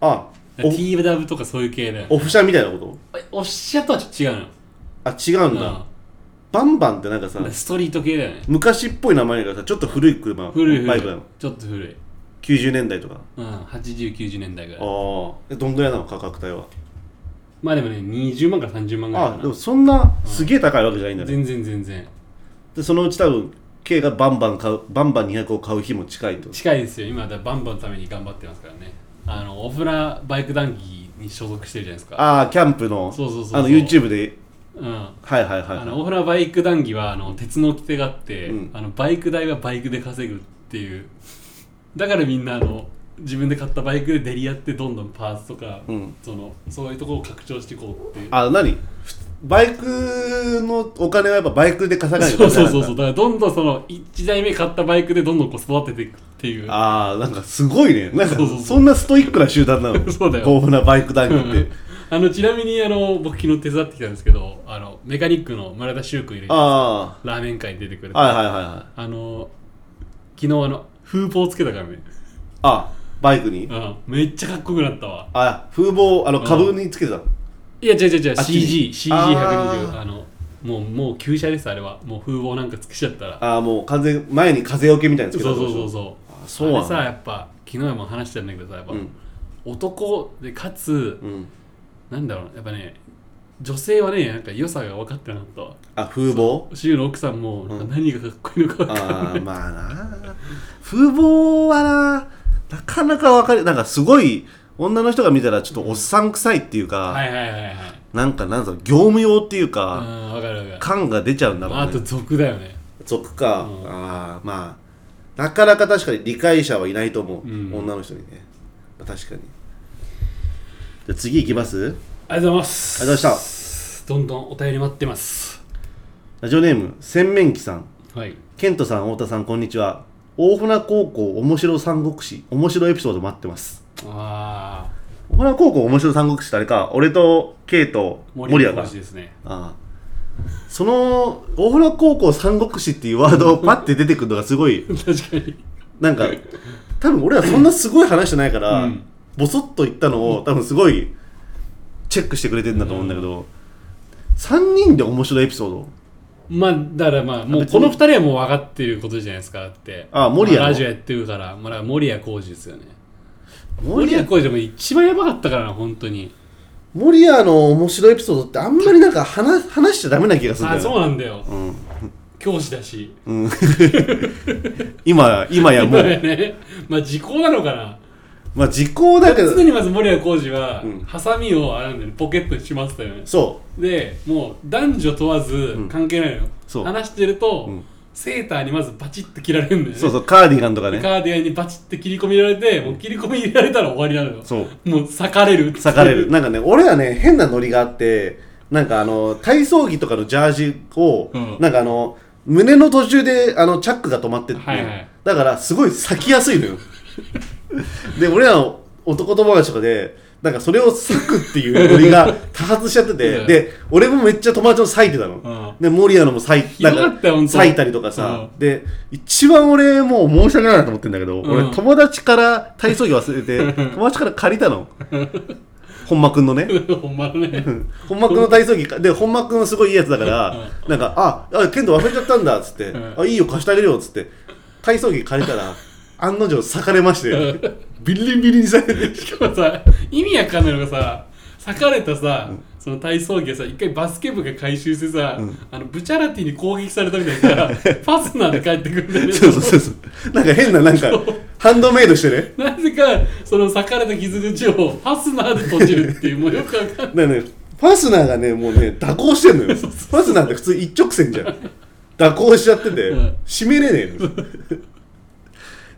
[SPEAKER 2] あ
[SPEAKER 1] TW とかそういう系で
[SPEAKER 2] おオフ車みたいなこと
[SPEAKER 1] おっしゃとはちょっと違うのよ
[SPEAKER 2] あ違うんだ、バンバンってなんかさ
[SPEAKER 1] うんストリート系だよね
[SPEAKER 2] 昔っぽい名前がさちょっと古い車
[SPEAKER 1] 古い古い
[SPEAKER 2] バイクなの
[SPEAKER 1] ちょっと古い、
[SPEAKER 2] 90年代とか
[SPEAKER 1] うん、8090年代ぐ
[SPEAKER 2] あ
[SPEAKER 1] らい
[SPEAKER 2] あえどんぐらいなの価格帯は
[SPEAKER 1] まあでもね20万から30万ぐらい
[SPEAKER 2] あ
[SPEAKER 1] か
[SPEAKER 2] でも
[SPEAKER 1] な
[SPEAKER 2] そんなすげえ高いわけじゃないんだね
[SPEAKER 1] 全然全然
[SPEAKER 2] でそのうち多分 K がバンバン買うバンバン200を買う日も近いと
[SPEAKER 1] 近いですよ今だバンバンのために頑張ってますからねあのオフラバイク談義に所属してるじゃないですか
[SPEAKER 2] ああキャンプの
[SPEAKER 1] そうそうそうそう
[SPEAKER 2] あの YouTube で
[SPEAKER 1] うん
[SPEAKER 2] はいはいは
[SPEAKER 1] あ
[SPEAKER 2] いはい
[SPEAKER 1] のオフラバイク談義はあの鉄の掟があって、
[SPEAKER 2] うん
[SPEAKER 1] あのバイク代はバイクで稼ぐっていうだからみんなあの自分で買ったバイクでデリ合ってどんどんパーツとか、
[SPEAKER 2] うん
[SPEAKER 1] そのそういうところを拡張していこうっていう
[SPEAKER 2] あ何ふバイクのお金はやっぱバイクで稼がない
[SPEAKER 1] そうそうそうそう
[SPEAKER 2] う
[SPEAKER 1] だからどんどんその1台目買ったバイクでどんどんこう育てていくっていう [LAUGHS]
[SPEAKER 2] ああなんかすごいねなん
[SPEAKER 1] そ
[SPEAKER 2] か
[SPEAKER 1] うそうそう
[SPEAKER 2] そんなストイックな集団なの
[SPEAKER 1] そうだよ
[SPEAKER 2] 豊富なバイク団員って
[SPEAKER 1] あのちなみにあの僕昨日手伝ってきたんですけどあのメカニックの村田修君いる
[SPEAKER 2] あ
[SPEAKER 1] ラーメン会に出てくれ
[SPEAKER 2] あ
[SPEAKER 1] た
[SPEAKER 2] はいはいはいはい
[SPEAKER 1] あの昨日あの風貌つけたからね、
[SPEAKER 2] あバイクに
[SPEAKER 1] うん、めっちゃかっこよくなったわ
[SPEAKER 2] あ風貌あの株につけてたの
[SPEAKER 1] いや違う違う違う
[SPEAKER 2] あ
[SPEAKER 1] CGCG120
[SPEAKER 2] あ
[SPEAKER 1] あのもうもう旧車ですあれはもう風貌なんかつけちゃったら
[SPEAKER 2] ああもう完全に前に風よけみたいにつ
[SPEAKER 1] そう
[SPEAKER 2] けてた
[SPEAKER 1] そ
[SPEAKER 2] の
[SPEAKER 1] うそうそ
[SPEAKER 2] あ
[SPEAKER 1] う
[SPEAKER 2] そうな
[SPEAKER 1] あれ
[SPEAKER 2] んだ
[SPEAKER 1] さやっぱ昨日も話してたんだけどさやっぱ、
[SPEAKER 2] うん
[SPEAKER 1] 男でかつ、
[SPEAKER 2] うん
[SPEAKER 1] なんだろうねやっぱね女性はねなんか良さが分かってなかったわ
[SPEAKER 2] あ風貌
[SPEAKER 1] 柊の奥さんもなんか何がかっこいいのか分かんない
[SPEAKER 2] ああまあな風貌はななかなかわかるなんかすごい女の人が見たらちょっとおっさん臭いっていうか、
[SPEAKER 1] はいはいはいはい
[SPEAKER 2] なんかなんぞ業務用っていうか、
[SPEAKER 1] うん分かる分か
[SPEAKER 2] 感が出ちゃうんだ
[SPEAKER 1] る、
[SPEAKER 2] ろ
[SPEAKER 1] まあ、あ
[SPEAKER 2] うね
[SPEAKER 1] と俗だよね
[SPEAKER 2] 俗か、
[SPEAKER 1] うん
[SPEAKER 2] ああまあなかなか確かに理解者はいないと思う、
[SPEAKER 1] うん
[SPEAKER 2] 女の人にねまあ確かにじゃあ次行きます
[SPEAKER 1] ありがとうございます
[SPEAKER 2] ありがとうございま
[SPEAKER 1] したどんどんお便り待ってます
[SPEAKER 2] ラジオネーム洗面器さん
[SPEAKER 1] はい
[SPEAKER 2] ケントさん太田さんこんにちは大船高校面白三国志面白エピソード待ってます
[SPEAKER 1] ああ
[SPEAKER 2] 大船高校面白三国志ってあれか俺とケイと
[SPEAKER 1] 森
[SPEAKER 2] 森
[SPEAKER 1] 屋
[SPEAKER 2] 谷
[SPEAKER 1] が
[SPEAKER 2] が
[SPEAKER 1] ですね [LAUGHS]
[SPEAKER 2] ああその大船高校三国志っていうワードをパッて出てくるのがすごい
[SPEAKER 1] 確かに
[SPEAKER 2] なんか多分俺らそんなすごい話してないから、
[SPEAKER 1] うん
[SPEAKER 2] ボソッと言ったのを多分すごいチェックしてくれてるんだと思うんだけど、3人で面白いエピソード
[SPEAKER 1] まあだからまあもう
[SPEAKER 2] 別
[SPEAKER 1] こ
[SPEAKER 2] に
[SPEAKER 1] の二人はもう分かってることじゃないですかだって
[SPEAKER 2] あ森谷の
[SPEAKER 1] まラジオやってるから、まあ、だから森谷浩二ですよね
[SPEAKER 2] 森
[SPEAKER 1] 森谷
[SPEAKER 2] 谷
[SPEAKER 1] 浩二でも一番やばかったからな本当に
[SPEAKER 2] 森谷の面白いエピソードってあんまりなんか話話しちゃダメな気がするんだ
[SPEAKER 1] あ
[SPEAKER 2] よね
[SPEAKER 1] そうなんだよ
[SPEAKER 2] うん
[SPEAKER 1] 教師だし
[SPEAKER 2] 今今やも
[SPEAKER 1] 今
[SPEAKER 2] う、
[SPEAKER 1] やね [LAUGHS] まあ時効なのかな
[SPEAKER 2] まあ、時効だけど
[SPEAKER 1] 常にまず森谷浩二は、
[SPEAKER 2] うん
[SPEAKER 1] ハサミをあれなんだよねポケットにしまってたよね
[SPEAKER 2] そ
[SPEAKER 1] でもう男女問わず関係ないのよ、
[SPEAKER 2] そう
[SPEAKER 1] 話してると、
[SPEAKER 2] うん
[SPEAKER 1] セーターにまずバチッて切られるんだよ
[SPEAKER 2] う
[SPEAKER 1] ね
[SPEAKER 2] そうそうカーディガンとか
[SPEAKER 1] で
[SPEAKER 2] ね
[SPEAKER 1] カーディガンにバチッて切り込み入れられてもう切り込み入れられたら終わりなのよ
[SPEAKER 2] そう
[SPEAKER 1] もう裂かれる
[SPEAKER 2] 裂かれる [LAUGHS] なんかね俺はね変なノリがあってなんかあの体操着とかのジャージを、
[SPEAKER 1] うん
[SPEAKER 2] なんかあの胸の途中であのチャックが止まってて、
[SPEAKER 1] はいはい
[SPEAKER 2] だからすごい裂きやす
[SPEAKER 1] [LAUGHS]
[SPEAKER 2] いのよで俺らの男友達とかでなんかそれを裂くっていうノリ
[SPEAKER 1] [LAUGHS]
[SPEAKER 2] が多発しちゃってて、
[SPEAKER 1] うん
[SPEAKER 2] で俺もめっちゃ友達の裂いてたの、
[SPEAKER 1] うん
[SPEAKER 2] で森谷のも裂い
[SPEAKER 1] ひどかったよ
[SPEAKER 2] なん
[SPEAKER 1] 本当
[SPEAKER 2] か裂いたりとかさ、
[SPEAKER 1] う
[SPEAKER 2] で一番俺もう申し訳ないなと思ってんだけど、
[SPEAKER 1] うん
[SPEAKER 2] 俺友達から体操着忘
[SPEAKER 1] [LAUGHS]
[SPEAKER 2] れて友達から借りたの本間くんのね
[SPEAKER 1] ほんまだね
[SPEAKER 2] 本間くんの体操着かで本間くんすごいいいやつだから、なんか「ああ剣道忘れちゃったんだ」っつって「
[SPEAKER 1] うん
[SPEAKER 2] あいいよ貸してあげるよ」っつって体操着借りたら案の定裂かれましてビリビリにされて
[SPEAKER 1] しかもさ意味わかんないのがさ裂かれたさ、その体操着をさ一回バスケ部が回収してさ、あのブチャラティに攻撃されたみたいなさファスナーで帰ってくるんだよね
[SPEAKER 2] そうそうそうそうなんか変ななんかハンドメイドしてね
[SPEAKER 1] なぜかその裂かれた傷口をファスナーで閉じるっていうもうよくわかんない
[SPEAKER 2] だからね、ファスナーがね、もうね、蛇行してんのよ。ファスナーって普通一直線じゃん。蛇行しちゃってて
[SPEAKER 1] うん、
[SPEAKER 2] 締めれねえの。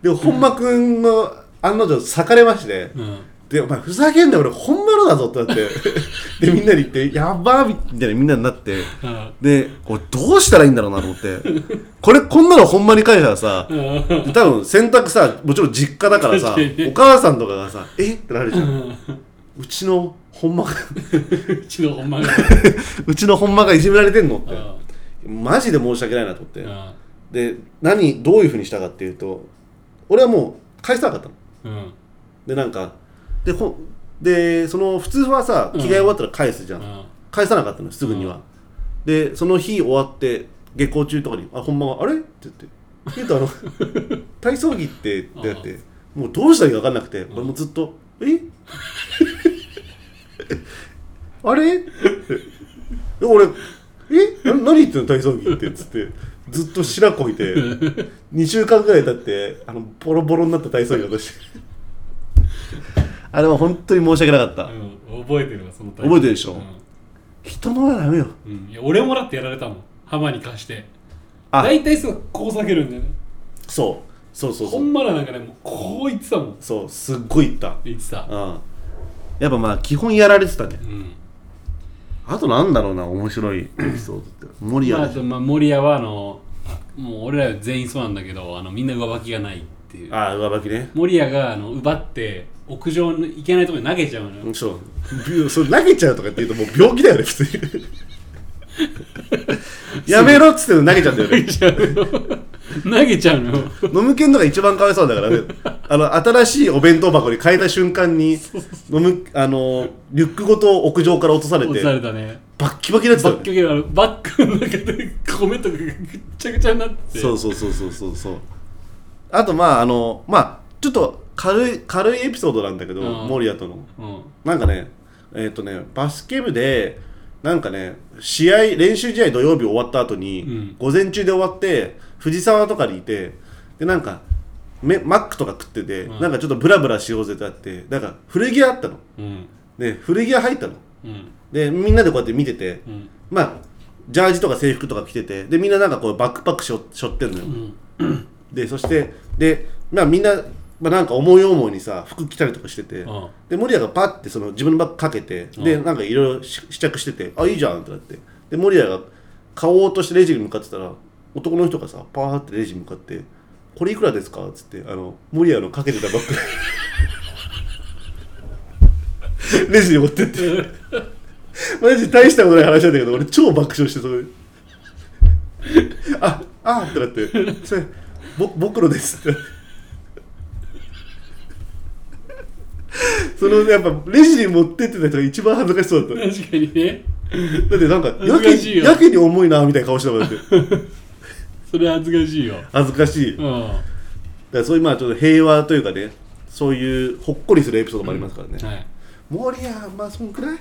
[SPEAKER 2] でも、本間くんの案の定、裂かれまして、
[SPEAKER 1] うん
[SPEAKER 2] で、お前、ふざけんなよ、俺、本物だぞってな
[SPEAKER 1] [LAUGHS]
[SPEAKER 2] って、で、みんなに言って、やばーみたいな、みんなになって、
[SPEAKER 1] うん
[SPEAKER 2] で、これ、どうしたらいいんだろうなと思って、これ、こんなのほんまに返したらさ、
[SPEAKER 1] うん
[SPEAKER 2] 多分洗濯さ、もちろん実家だからさ
[SPEAKER 1] 確かにね、
[SPEAKER 2] お母さんとかがさ、えってなるじゃ。
[SPEAKER 1] うんん
[SPEAKER 2] うちの本間が [LAUGHS]
[SPEAKER 1] うちのほんまが
[SPEAKER 2] うちの本間がいじめられてんのっ
[SPEAKER 1] う
[SPEAKER 2] て
[SPEAKER 1] ん
[SPEAKER 2] マジで申し訳ないなと思って、
[SPEAKER 1] うん
[SPEAKER 2] で何どういうふうにしたかっていうと俺はもう返さなかったの
[SPEAKER 1] うん
[SPEAKER 2] でなんかでほでその普通はさ
[SPEAKER 1] うん
[SPEAKER 2] 着替え終わったら返すじゃ、
[SPEAKER 1] うんん
[SPEAKER 2] 返さなかったのすぐには、でその日終わって下校中とかに「あ本間があれ?」って言って「言うと [LAUGHS] あの体操着って」ってなってもうどうしたらいいか分かんなくて俺もずっと「えあれ?」ってで俺「えな何言ってんの体操着って」っつってずっと白こいて2週間ぐらい経ってあのボロボロになった体操着を出して [LAUGHS] あれは本当に申し訳なかった、
[SPEAKER 1] うん覚えてるわその覚
[SPEAKER 2] 覚えてるでしょ人のはダメよ
[SPEAKER 1] うんいや俺もだってやられたもん浜に貸して
[SPEAKER 2] あ
[SPEAKER 1] 大体そうこう下げるんだよね
[SPEAKER 2] そうそうそうそ
[SPEAKER 1] ほ
[SPEAKER 2] うん
[SPEAKER 1] まらなんかねもうこう言ってたもん
[SPEAKER 2] そうすっごいいった
[SPEAKER 1] 言ってた
[SPEAKER 2] うんやっぱまあ基本やられてたね
[SPEAKER 1] うん
[SPEAKER 2] あとなんだろうな面白いエピソードって森
[SPEAKER 1] まあ
[SPEAKER 2] 谷
[SPEAKER 1] あ
[SPEAKER 2] で
[SPEAKER 1] と
[SPEAKER 2] しょ
[SPEAKER 1] まあ守屋はあのもう俺ら全員そうなんだけどあのみんな上履きがないっていう
[SPEAKER 2] ああ上履きね
[SPEAKER 1] 守屋があの奪って屋上に行けないところに投げちゃうのよ
[SPEAKER 2] そうびそれ投げちゃうとかって言うともう病気だよね普通に [LAUGHS] やめろっつって投げちゃうんだよ
[SPEAKER 1] 投
[SPEAKER 2] ね [LAUGHS]
[SPEAKER 1] げちゃうの投げちゃうのよ
[SPEAKER 2] 飲む犬のが一番かわいそうだからねあの新しいお弁当箱に変えた瞬間に飲むあのリュックごと屋上から落とされ
[SPEAKER 1] 落
[SPEAKER 2] て
[SPEAKER 1] とされたね
[SPEAKER 2] バッキバキになってた
[SPEAKER 1] バ
[SPEAKER 2] よ
[SPEAKER 1] ッ
[SPEAKER 2] ね
[SPEAKER 1] クゲームあのバッグの中で米とかがぐっちゃぐちゃになって
[SPEAKER 2] そうそうそうそうそうそうあとまああのまあちょっと軽い軽いエピソードなんだけど
[SPEAKER 1] うん
[SPEAKER 2] 守谷との
[SPEAKER 1] うん
[SPEAKER 2] なんかねえっ、とねバスケ部でなんかね試合練習試合土曜日終わった後に、
[SPEAKER 1] うん
[SPEAKER 2] 午前中で終わって藤沢とかにいてでなんかめマックとか食ってて、
[SPEAKER 1] うん
[SPEAKER 2] なんかちょっとブラブラしようぜってあってなんか古着屋あったの
[SPEAKER 1] うん
[SPEAKER 2] で古着屋入ったの
[SPEAKER 1] うん
[SPEAKER 2] でみんなでこうやって見てて
[SPEAKER 1] うん
[SPEAKER 2] まあジャージとか制服とか着ててでみんななんかこうバックパックしょしょってんのよ、
[SPEAKER 1] うん
[SPEAKER 2] でそしてで、まあ、みんな、まあ、なんか思い思いにさ服着たりとかしてて、
[SPEAKER 1] うん
[SPEAKER 2] で守谷がパッてその自分のバッグかけて、でなんかいろいろ試試着しててあいいじゃんってなってで守谷が買おうとしてレジに向かってたら男の人がさパーってレジに向かって「これいくらですか?」っつってあの守谷のかけてたバ
[SPEAKER 1] [LAUGHS]
[SPEAKER 2] ッグレジに持ってってマジ大したことない話なんだけど俺超爆笑してそれああってなってそれぼ僕のですってそのやっぱレジに持ってってた人が一番恥ずかしそうだっ
[SPEAKER 1] 確かにね
[SPEAKER 2] ただってなんかや
[SPEAKER 1] 恥ずかしい
[SPEAKER 2] け
[SPEAKER 1] よ
[SPEAKER 2] やけに重いなみたいな顔してたもんだって
[SPEAKER 1] それ恥ずかしいよ
[SPEAKER 2] 恥ずかしいだ
[SPEAKER 1] う
[SPEAKER 2] か
[SPEAKER 1] んは
[SPEAKER 2] らそういうまあちょっと平和というかねそういうほっこりするエピソードもありますからね、
[SPEAKER 1] い
[SPEAKER 2] モリアまあそんくらい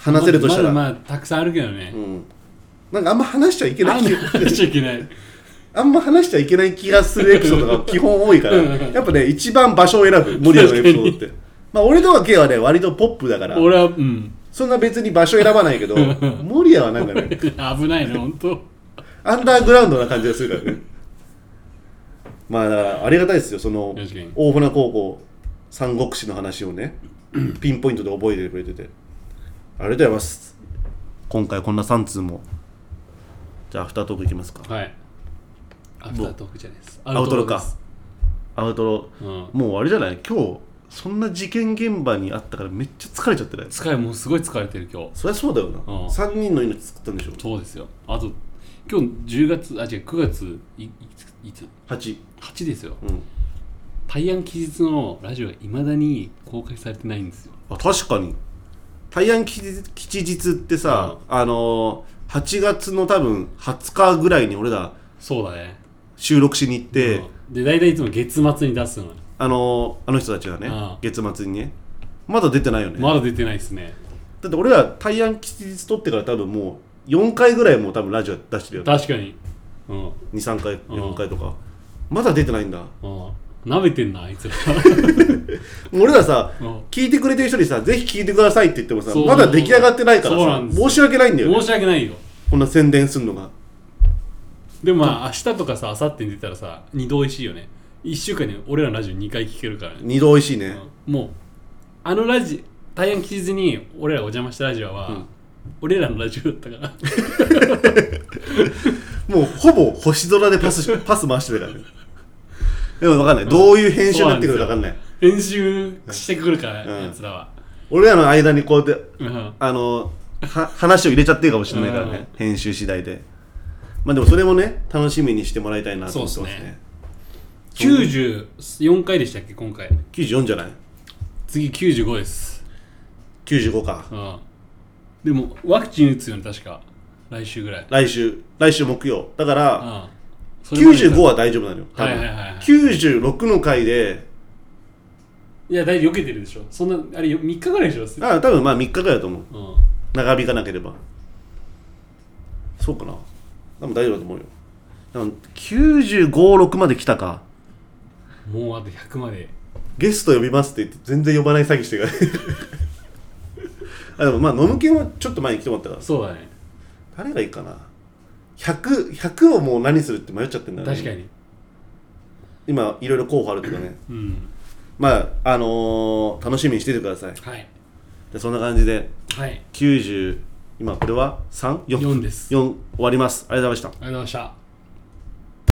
[SPEAKER 2] 話せるとしたら、
[SPEAKER 1] まだまだたくさんあるけどね
[SPEAKER 2] うん、なんかあんま話しちゃいけな
[SPEAKER 1] あ
[SPEAKER 2] い
[SPEAKER 1] んな話しちゃいけない
[SPEAKER 2] [LAUGHS] あんま話しちゃいけない気がするエピソードが基本多いから、
[SPEAKER 1] うん
[SPEAKER 2] やっぱね、一番場所を選ぶ、森谷のエピソードって。まあ、俺とは K はね、割とポップだから、
[SPEAKER 1] 俺はうん [LAUGHS]
[SPEAKER 2] そんな別に場所選ばないけど、森谷はなんかね、
[SPEAKER 1] 危ないね本当
[SPEAKER 2] アンダーグラウンドな感じがするからね。まあ、だからありがたいですよ、その
[SPEAKER 1] 確かに、
[SPEAKER 2] 大船高校、三国志の話をね、ピンポイントで覚えてくれてて。ありがとうございます。今回こんな3通も。じゃあ、アフタートークいきますか。
[SPEAKER 1] はいアフタートークじゃないです
[SPEAKER 2] アウトロ
[SPEAKER 1] で
[SPEAKER 2] か
[SPEAKER 1] す。
[SPEAKER 2] アウトロ。
[SPEAKER 1] うん
[SPEAKER 2] もうあれじゃない今日そんな事件現場にあったからめっちゃ疲れちゃってない
[SPEAKER 1] 疲れもうすごい疲れてる今日
[SPEAKER 2] そりゃそうだよな、
[SPEAKER 1] うん
[SPEAKER 2] 3人の命作ったんでしょ
[SPEAKER 1] そうですよあと今日10月あ違う9月いいついつ
[SPEAKER 2] 8
[SPEAKER 1] 8ですよ
[SPEAKER 2] うん
[SPEAKER 1] 大安期日のラジオがいまだに公開されてないんですよ
[SPEAKER 2] あ確かに大安吉日吉日ってさ、あのー、8月の多分20日ぐらいに俺ら
[SPEAKER 1] そうだね
[SPEAKER 2] 収録しに行って、
[SPEAKER 1] うんで大体いつも月末に出すのよ
[SPEAKER 2] あのー、あの人たちがね、
[SPEAKER 1] うん
[SPEAKER 2] 月末にねまだ出てないよね、
[SPEAKER 1] まだ出てないですね
[SPEAKER 2] だって俺ら大安吉日撮ってから多分もう4回ぐらいもう多分ラジオ出してるよ、ね、
[SPEAKER 1] 確かにうん
[SPEAKER 2] 23回4回とか、まだ出てないんだ
[SPEAKER 1] うんなめてんなあい
[SPEAKER 2] [LAUGHS]
[SPEAKER 1] つら
[SPEAKER 2] 俺らさ、
[SPEAKER 1] うん
[SPEAKER 2] 聞いてくれてる人にさ、ぜひ聞いてくださいって言ってもさ、
[SPEAKER 1] そう
[SPEAKER 2] まだ出来上がってないから
[SPEAKER 1] そうな
[SPEAKER 2] さ
[SPEAKER 1] ん、ですよ
[SPEAKER 2] 申し訳ないんだよね
[SPEAKER 1] 申。し訳ないよ
[SPEAKER 2] こんな宣伝するのが。
[SPEAKER 1] でもまあ明日とかさ明後日に出たらさ二度おいしいよね1週間に俺らのラジオ2回聞けるからね
[SPEAKER 2] 二度美味しいね。
[SPEAKER 1] もうあのラジ大安吉日に俺らお邪魔したラジオは、俺らのラジオだったから [LAUGHS]
[SPEAKER 2] もうほぼ星空でパス
[SPEAKER 1] [LAUGHS]
[SPEAKER 2] しパス回してたからね。でも分かんない。どういう編集になってくるか分かんない。
[SPEAKER 1] 編集してくるから、
[SPEAKER 2] うん
[SPEAKER 1] やつらは、
[SPEAKER 2] 俺らの間にこうやって、
[SPEAKER 1] うん
[SPEAKER 2] あの、は話を入れちゃってるかもしれないからね。編集次第で。まあでもそれもね、楽しみにしてもらいたいなと思って
[SPEAKER 1] そう
[SPEAKER 2] ます
[SPEAKER 1] っす
[SPEAKER 2] ね
[SPEAKER 1] ね。94回でしたっけ今回
[SPEAKER 2] 94じゃない
[SPEAKER 1] 次95です、
[SPEAKER 2] ?95 か。
[SPEAKER 1] うん、でもワクチン打つよね確か来週ぐらい、
[SPEAKER 2] 来週、来週木曜。だから、
[SPEAKER 1] うん、それまで
[SPEAKER 2] 95は大丈夫なのよ。多分
[SPEAKER 1] はいはいはいはい
[SPEAKER 2] 96の回で、
[SPEAKER 1] いや大体避けてるでしょそんなあれ3日ぐらいでしょ、
[SPEAKER 2] あ多分まあ3日ぐらいだと思う。
[SPEAKER 1] うん、
[SPEAKER 2] 長引かなければ。そうかな。でも大丈夫だと思うよ。でも95、6まで来たか。
[SPEAKER 1] もうあと100まで
[SPEAKER 2] ゲスト呼びますって言って全然呼ばない詐欺してる [LAUGHS] から。あでもまあ、ノムケンはちょっと前に来てもらったから。
[SPEAKER 1] そうだね
[SPEAKER 2] 誰がいいかな。100、100をもう何するって迷っちゃってんだよね。
[SPEAKER 1] 確か。に
[SPEAKER 2] 今、いろいろ候補あるけどね。
[SPEAKER 1] うん
[SPEAKER 2] まあ、あのー楽しみにしててください。
[SPEAKER 1] はい
[SPEAKER 2] でそんな感じで。
[SPEAKER 1] はい
[SPEAKER 2] 90今これは 3?4
[SPEAKER 1] 4です
[SPEAKER 2] 終わりますありがとうございました
[SPEAKER 1] ありがとうございました